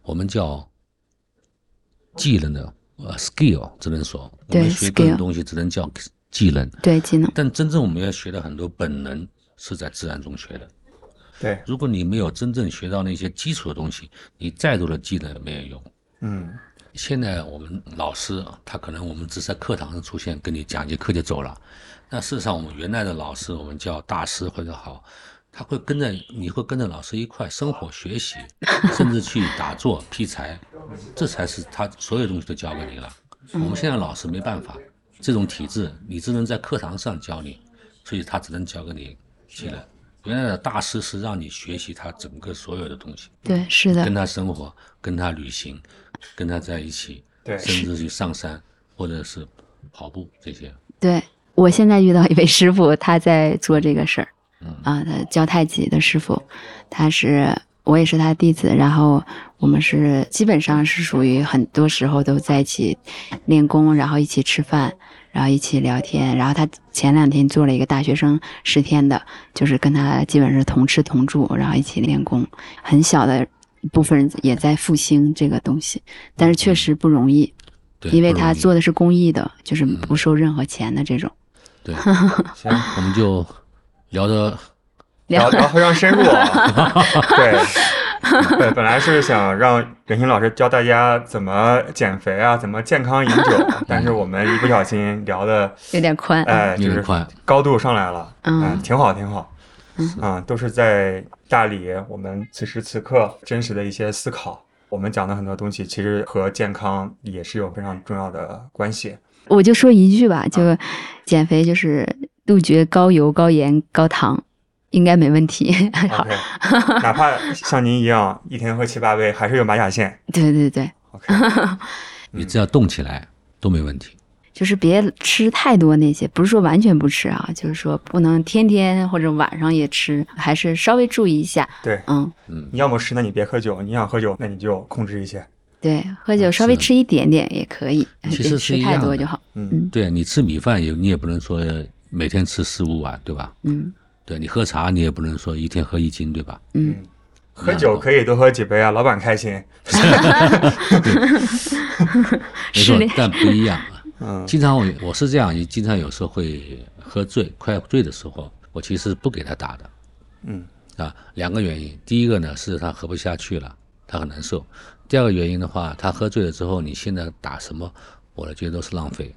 S3: 我们叫技能的呃 skill，只能说我
S4: 对
S3: 们学各种
S4: skill
S3: 东西只能叫技能，
S4: 对，技能，
S3: 但真正我们要学的很多本能是在自然中学的。
S2: 对，
S3: 如果你没有真正学到那些基础的东西，你再多的技能也没有用。
S2: 嗯，
S3: 现在我们老师啊他可能我们只是在课堂上出现，跟你讲节课就走了。那事实上，我们原来的老师，我们叫大师或者好，他会跟着你会跟着老师一块生活学习，甚至去打坐劈柴，这才是他所有东西都教给你了。我们现在老师没办法，这种体制你只能在课堂上教你，所以他只能教给你技能。原来的大师是让你学习他整个所有的东西，
S4: 对，是的
S3: 跟，他生活，跟他旅行，跟他在一起，
S2: 对
S3: 甚至去上山或者是跑步这些。
S4: 对。我现在遇到一位师傅，他在做这个事儿，
S3: 嗯，
S4: 啊，他教太极的师傅，他是我也是他弟子，然后我们是基本上是属于很多时候都在一起练功，然后一起吃饭，然后一起聊天。然后他前两天做了一个大学生十天的，就是跟他基本是同吃同住，然后一起练功。很小的部分人也在复兴这个东西，但是确实不容易，
S3: 对，
S4: 因为
S3: 不
S4: 他
S3: 容易
S4: 做的是公益的，就是
S3: 嗯
S4: 不收任何钱的这种。
S3: 对，
S2: 行，
S3: 我们就聊的
S2: 然
S4: 聊
S2: 后然后非常深入
S4: [LAUGHS]
S2: 啊，对。本本来是想让任鑫老师教大家怎么减肥啊，怎么健康饮
S4: [LAUGHS]
S2: 酒，但是我们一不小心聊的，
S4: 有点宽，
S2: 哎，
S3: 有
S2: 就
S3: 点
S2: 是
S3: 快，
S2: 高度上来了，哎
S4: 嗯
S2: 挺好，挺好，啊，都是在大理，我们此时此刻真实的一些思考。我们讲的很多东西，其实和健康也是有非常重要的关系。
S4: 我就说一句吧，
S3: 啊
S4: 就减肥就是杜绝高油、高盐、高糖，应该没问题。
S3: 啊
S4: [LAUGHS] 好，
S2: OK，哪怕像您一样一天喝七八杯，还是有马甲线。
S4: 对对对，
S2: OK，
S3: 你只要动起来都没问题。
S4: 就是别吃太多那些，不是说完全不吃啊，就是说不能天天或者晚上也吃，还是稍微注意一下。
S2: 对
S4: 嗯，
S3: 嗯，
S2: 你要么吃，那你别喝酒；你想喝酒，那你就控制一些。
S4: 对，喝酒稍微吃一点点也可以，
S3: 啊其实
S4: 别
S3: 是
S4: 吃
S3: 一
S4: 太
S3: 样
S4: 多
S3: 的
S4: 就好。
S2: 嗯
S3: 对你吃米饭也你也不能说每天吃四五碗，对吧？
S4: 嗯
S3: 对你喝茶你也不能说一天喝一斤，对吧？
S4: 嗯，
S2: 喝酒可以多喝几杯啊，老板开心。
S3: 没错
S4: 是的，
S3: 但不一样啊。
S2: [LAUGHS] 嗯
S3: 经常我我是这样，也经常有时候会喝醉，快醉的时候，我其实不给他打的。
S2: 嗯
S3: 啊，两个原因，第一个呢是他喝不下去了，他很难受；第二个原因的话，他喝醉了之后，你现在打什么，我觉得都是浪费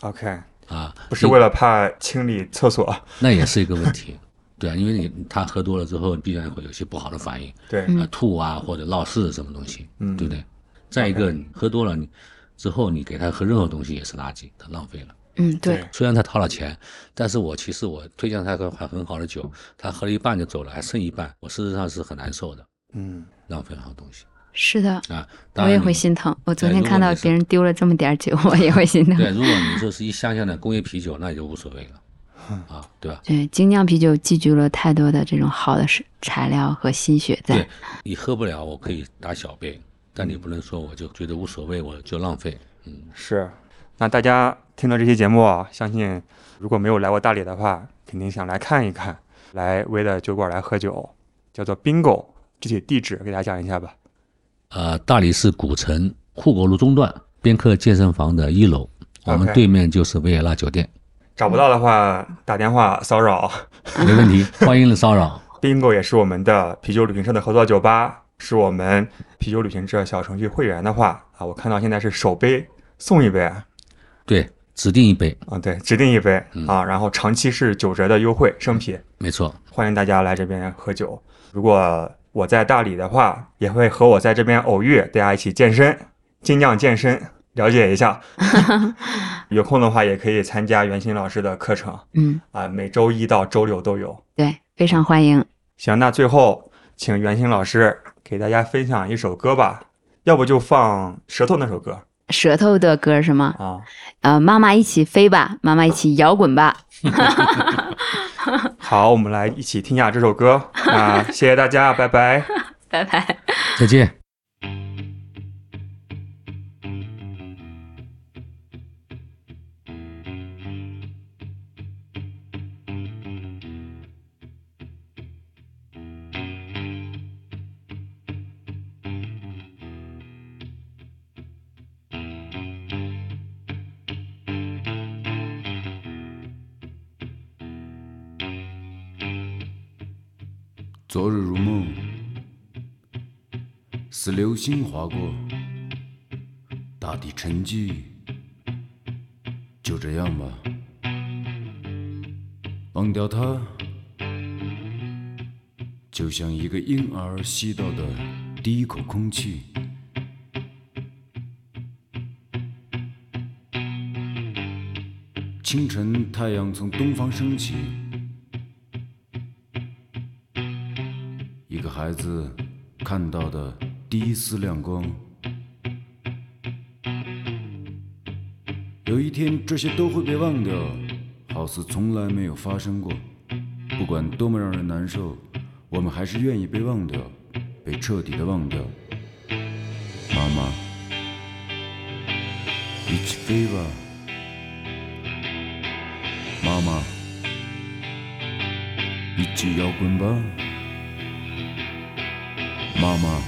S2: ，OK，
S3: 啊，
S2: 不是
S3: 你
S2: 为了怕清理厕所，
S3: 那也是一个问题， [LAUGHS] 对啊，因为你他喝多了之后，必然会有一些不好的反应，
S2: 对，
S3: 啊，吐啊或者闹事什么东西，
S2: 嗯
S3: 对不对？再一个，你喝多了你之后，你给他喝任何东西也是垃圾，他浪费了。
S4: 嗯对
S2: 对，
S3: 虽然他掏了钱，但是我其实我推荐他喝很很好的酒，他喝了一半就走了，还剩一半，我事实上是很难受的，
S2: 嗯，
S3: 浪费了好东西
S4: 是的，
S3: 啊。当然
S4: 我也
S3: 你
S4: 会心疼。我昨
S3: 对
S4: 天
S3: 如果
S4: 看到
S3: 你是
S4: 别人丢了这么点儿酒，我也会心疼。
S3: 对，如果你说是一箱箱的工业啤酒，那也就无所谓了，啊，对
S4: [LAUGHS]
S3: 吧？
S4: 对，精酿啤酒寄居了太多的这种好的是材料和心血在
S3: 对。你喝不了，我可以打小杯，但你不能说我就觉得无所谓，我就浪费。嗯，
S2: 是。那大家听到这期节目啊，相信如果没有来过大理的话，肯定想来看一看，来威的酒馆来喝酒，叫做 Bingo。具体地址给大家讲一下吧。
S3: 呃，大理市古城护国路中段边客健身房的一楼，我们
S2: OK
S3: 对面就是维也纳酒店，
S2: 找不到的话，打电话骚扰。
S3: 没问题，欢迎的骚扰。
S2: Bingo 也是我们的啤酒旅行社的合作酒吧，是我们啤酒旅行社小程序会员的话啊，我看到现在是首杯送一杯啊，
S3: 对，指定一杯，
S2: 对，指定一杯啊，然后长期是九折的优惠生啤，
S3: 没错。
S2: 欢迎大家来这边喝酒。如果我在大理的话，也会和我在这边偶遇，大家一起健身，尽量健身，了解一下。有空的话也可以参加袁鑫老师的课程
S4: 嗯，
S2: 啊，每周一到周六都有。
S4: 对，非常欢迎。
S2: 行，那最后请袁鑫老师给大家分享一首歌吧，要不就放《舌头》那首歌
S4: 舌头的歌是吗？
S2: 啊。
S4: 呃，妈妈一起飞吧，妈妈一起摇滚吧。
S2: 好，我们来一起听一下这首歌。那谢谢大家，拜拜。
S4: 拜拜。
S3: 再见。
S1: 昨日如梦，似流星划过，大地沉寂。就这样吧，忘掉它，就像一个婴儿吸到的第一口空气。清晨，太阳从东方升起。一个孩子看到的第一丝亮光。有一天，这些都会被忘掉，好似从来没有发生过。不管多么让人难受，我们还是愿意被忘掉，被彻底的忘掉。妈妈，你去飞吧。妈妈，一起摇滚吧。妈妈，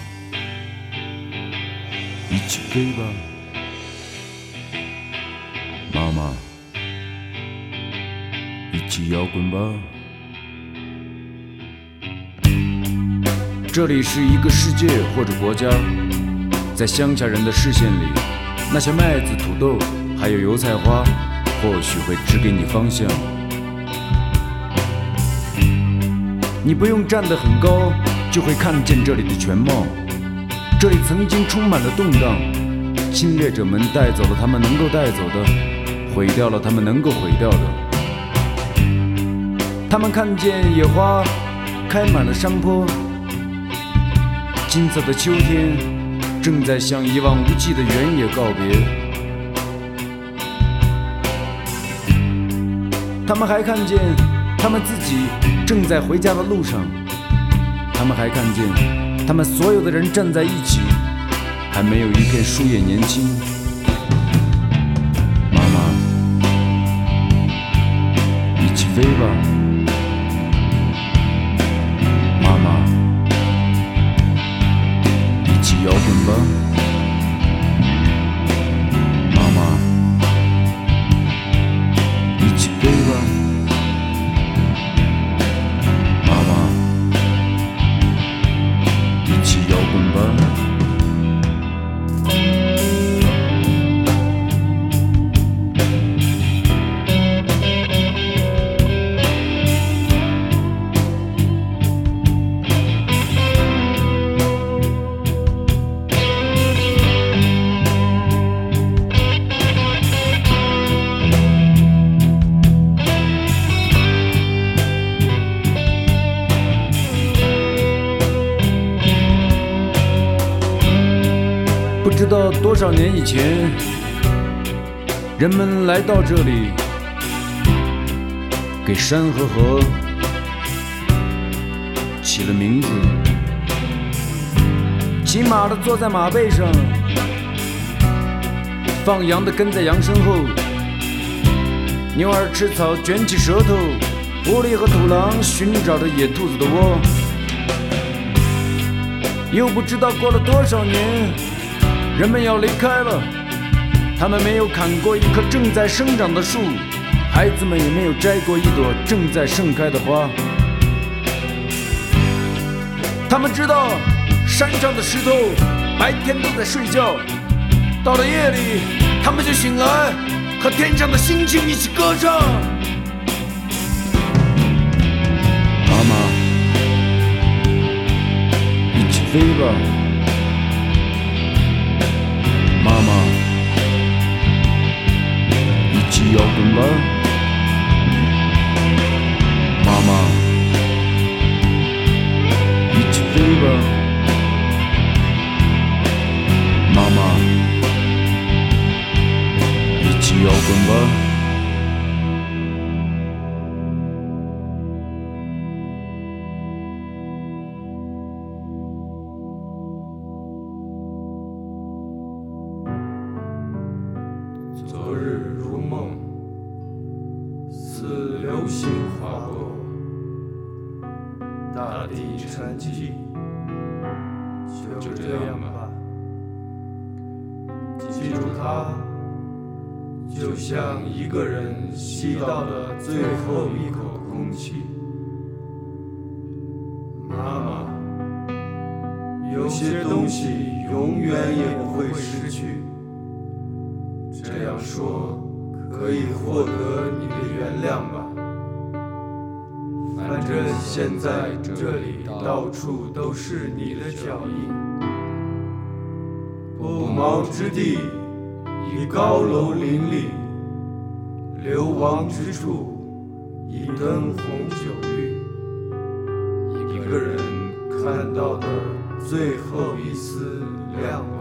S1: 一起飞吧。妈妈，一起摇滚吧。这里是一个世界或者国家，在乡下人的视线里，那些麦子、土豆还有油菜花，或许会指给你方向。你不用站得很高，就会看见这里的全貌。这里曾经充满了动荡，侵略者们带走了他们能够带走的，毁掉了他们能够毁掉的。他们看见野花开满了山坡，金色的秋天正在向一望无际的原野告别。他们还看见他们自己正在回家的路上，他们还看见他们所有的人站在一起，还没有一片树叶年轻。妈妈，一起飞吧。妈妈，一起摇滚吧。妈妈，一起飞吧。妈妈，一起摇滚吧。不知道多少年以前，人们来到这里，给山和河起了名字。骑马的坐在马背上，放羊的跟在羊身后，牛儿吃草卷起舌头，狐狸和土狼寻找着野兔子的窝。又不知道过了多少年。人们要离开了，他们没有砍过一棵正在生长的树，孩子们也没有摘过一朵正在盛开的花。他们知道，山上的石头白天都在睡觉，到了夜里，他们就醒来，和天上的星星一起歌唱。妈妈，一起飞吧。妈妈，一起摇滚吧。妈妈，一起飞吧。妈妈，一起摇滚吧。
S5: 星划过，大地沉寂，就这样吧。记住它，就像一个人吸到了最后一口空气。妈妈，有些东西永远也不会失去。这样说可以获得你的原谅吧。反正现在这里到处都是你的脚印，不毛之地以高楼林立，流亡之处以灯红酒绿。一个人看到的最后一丝亮光。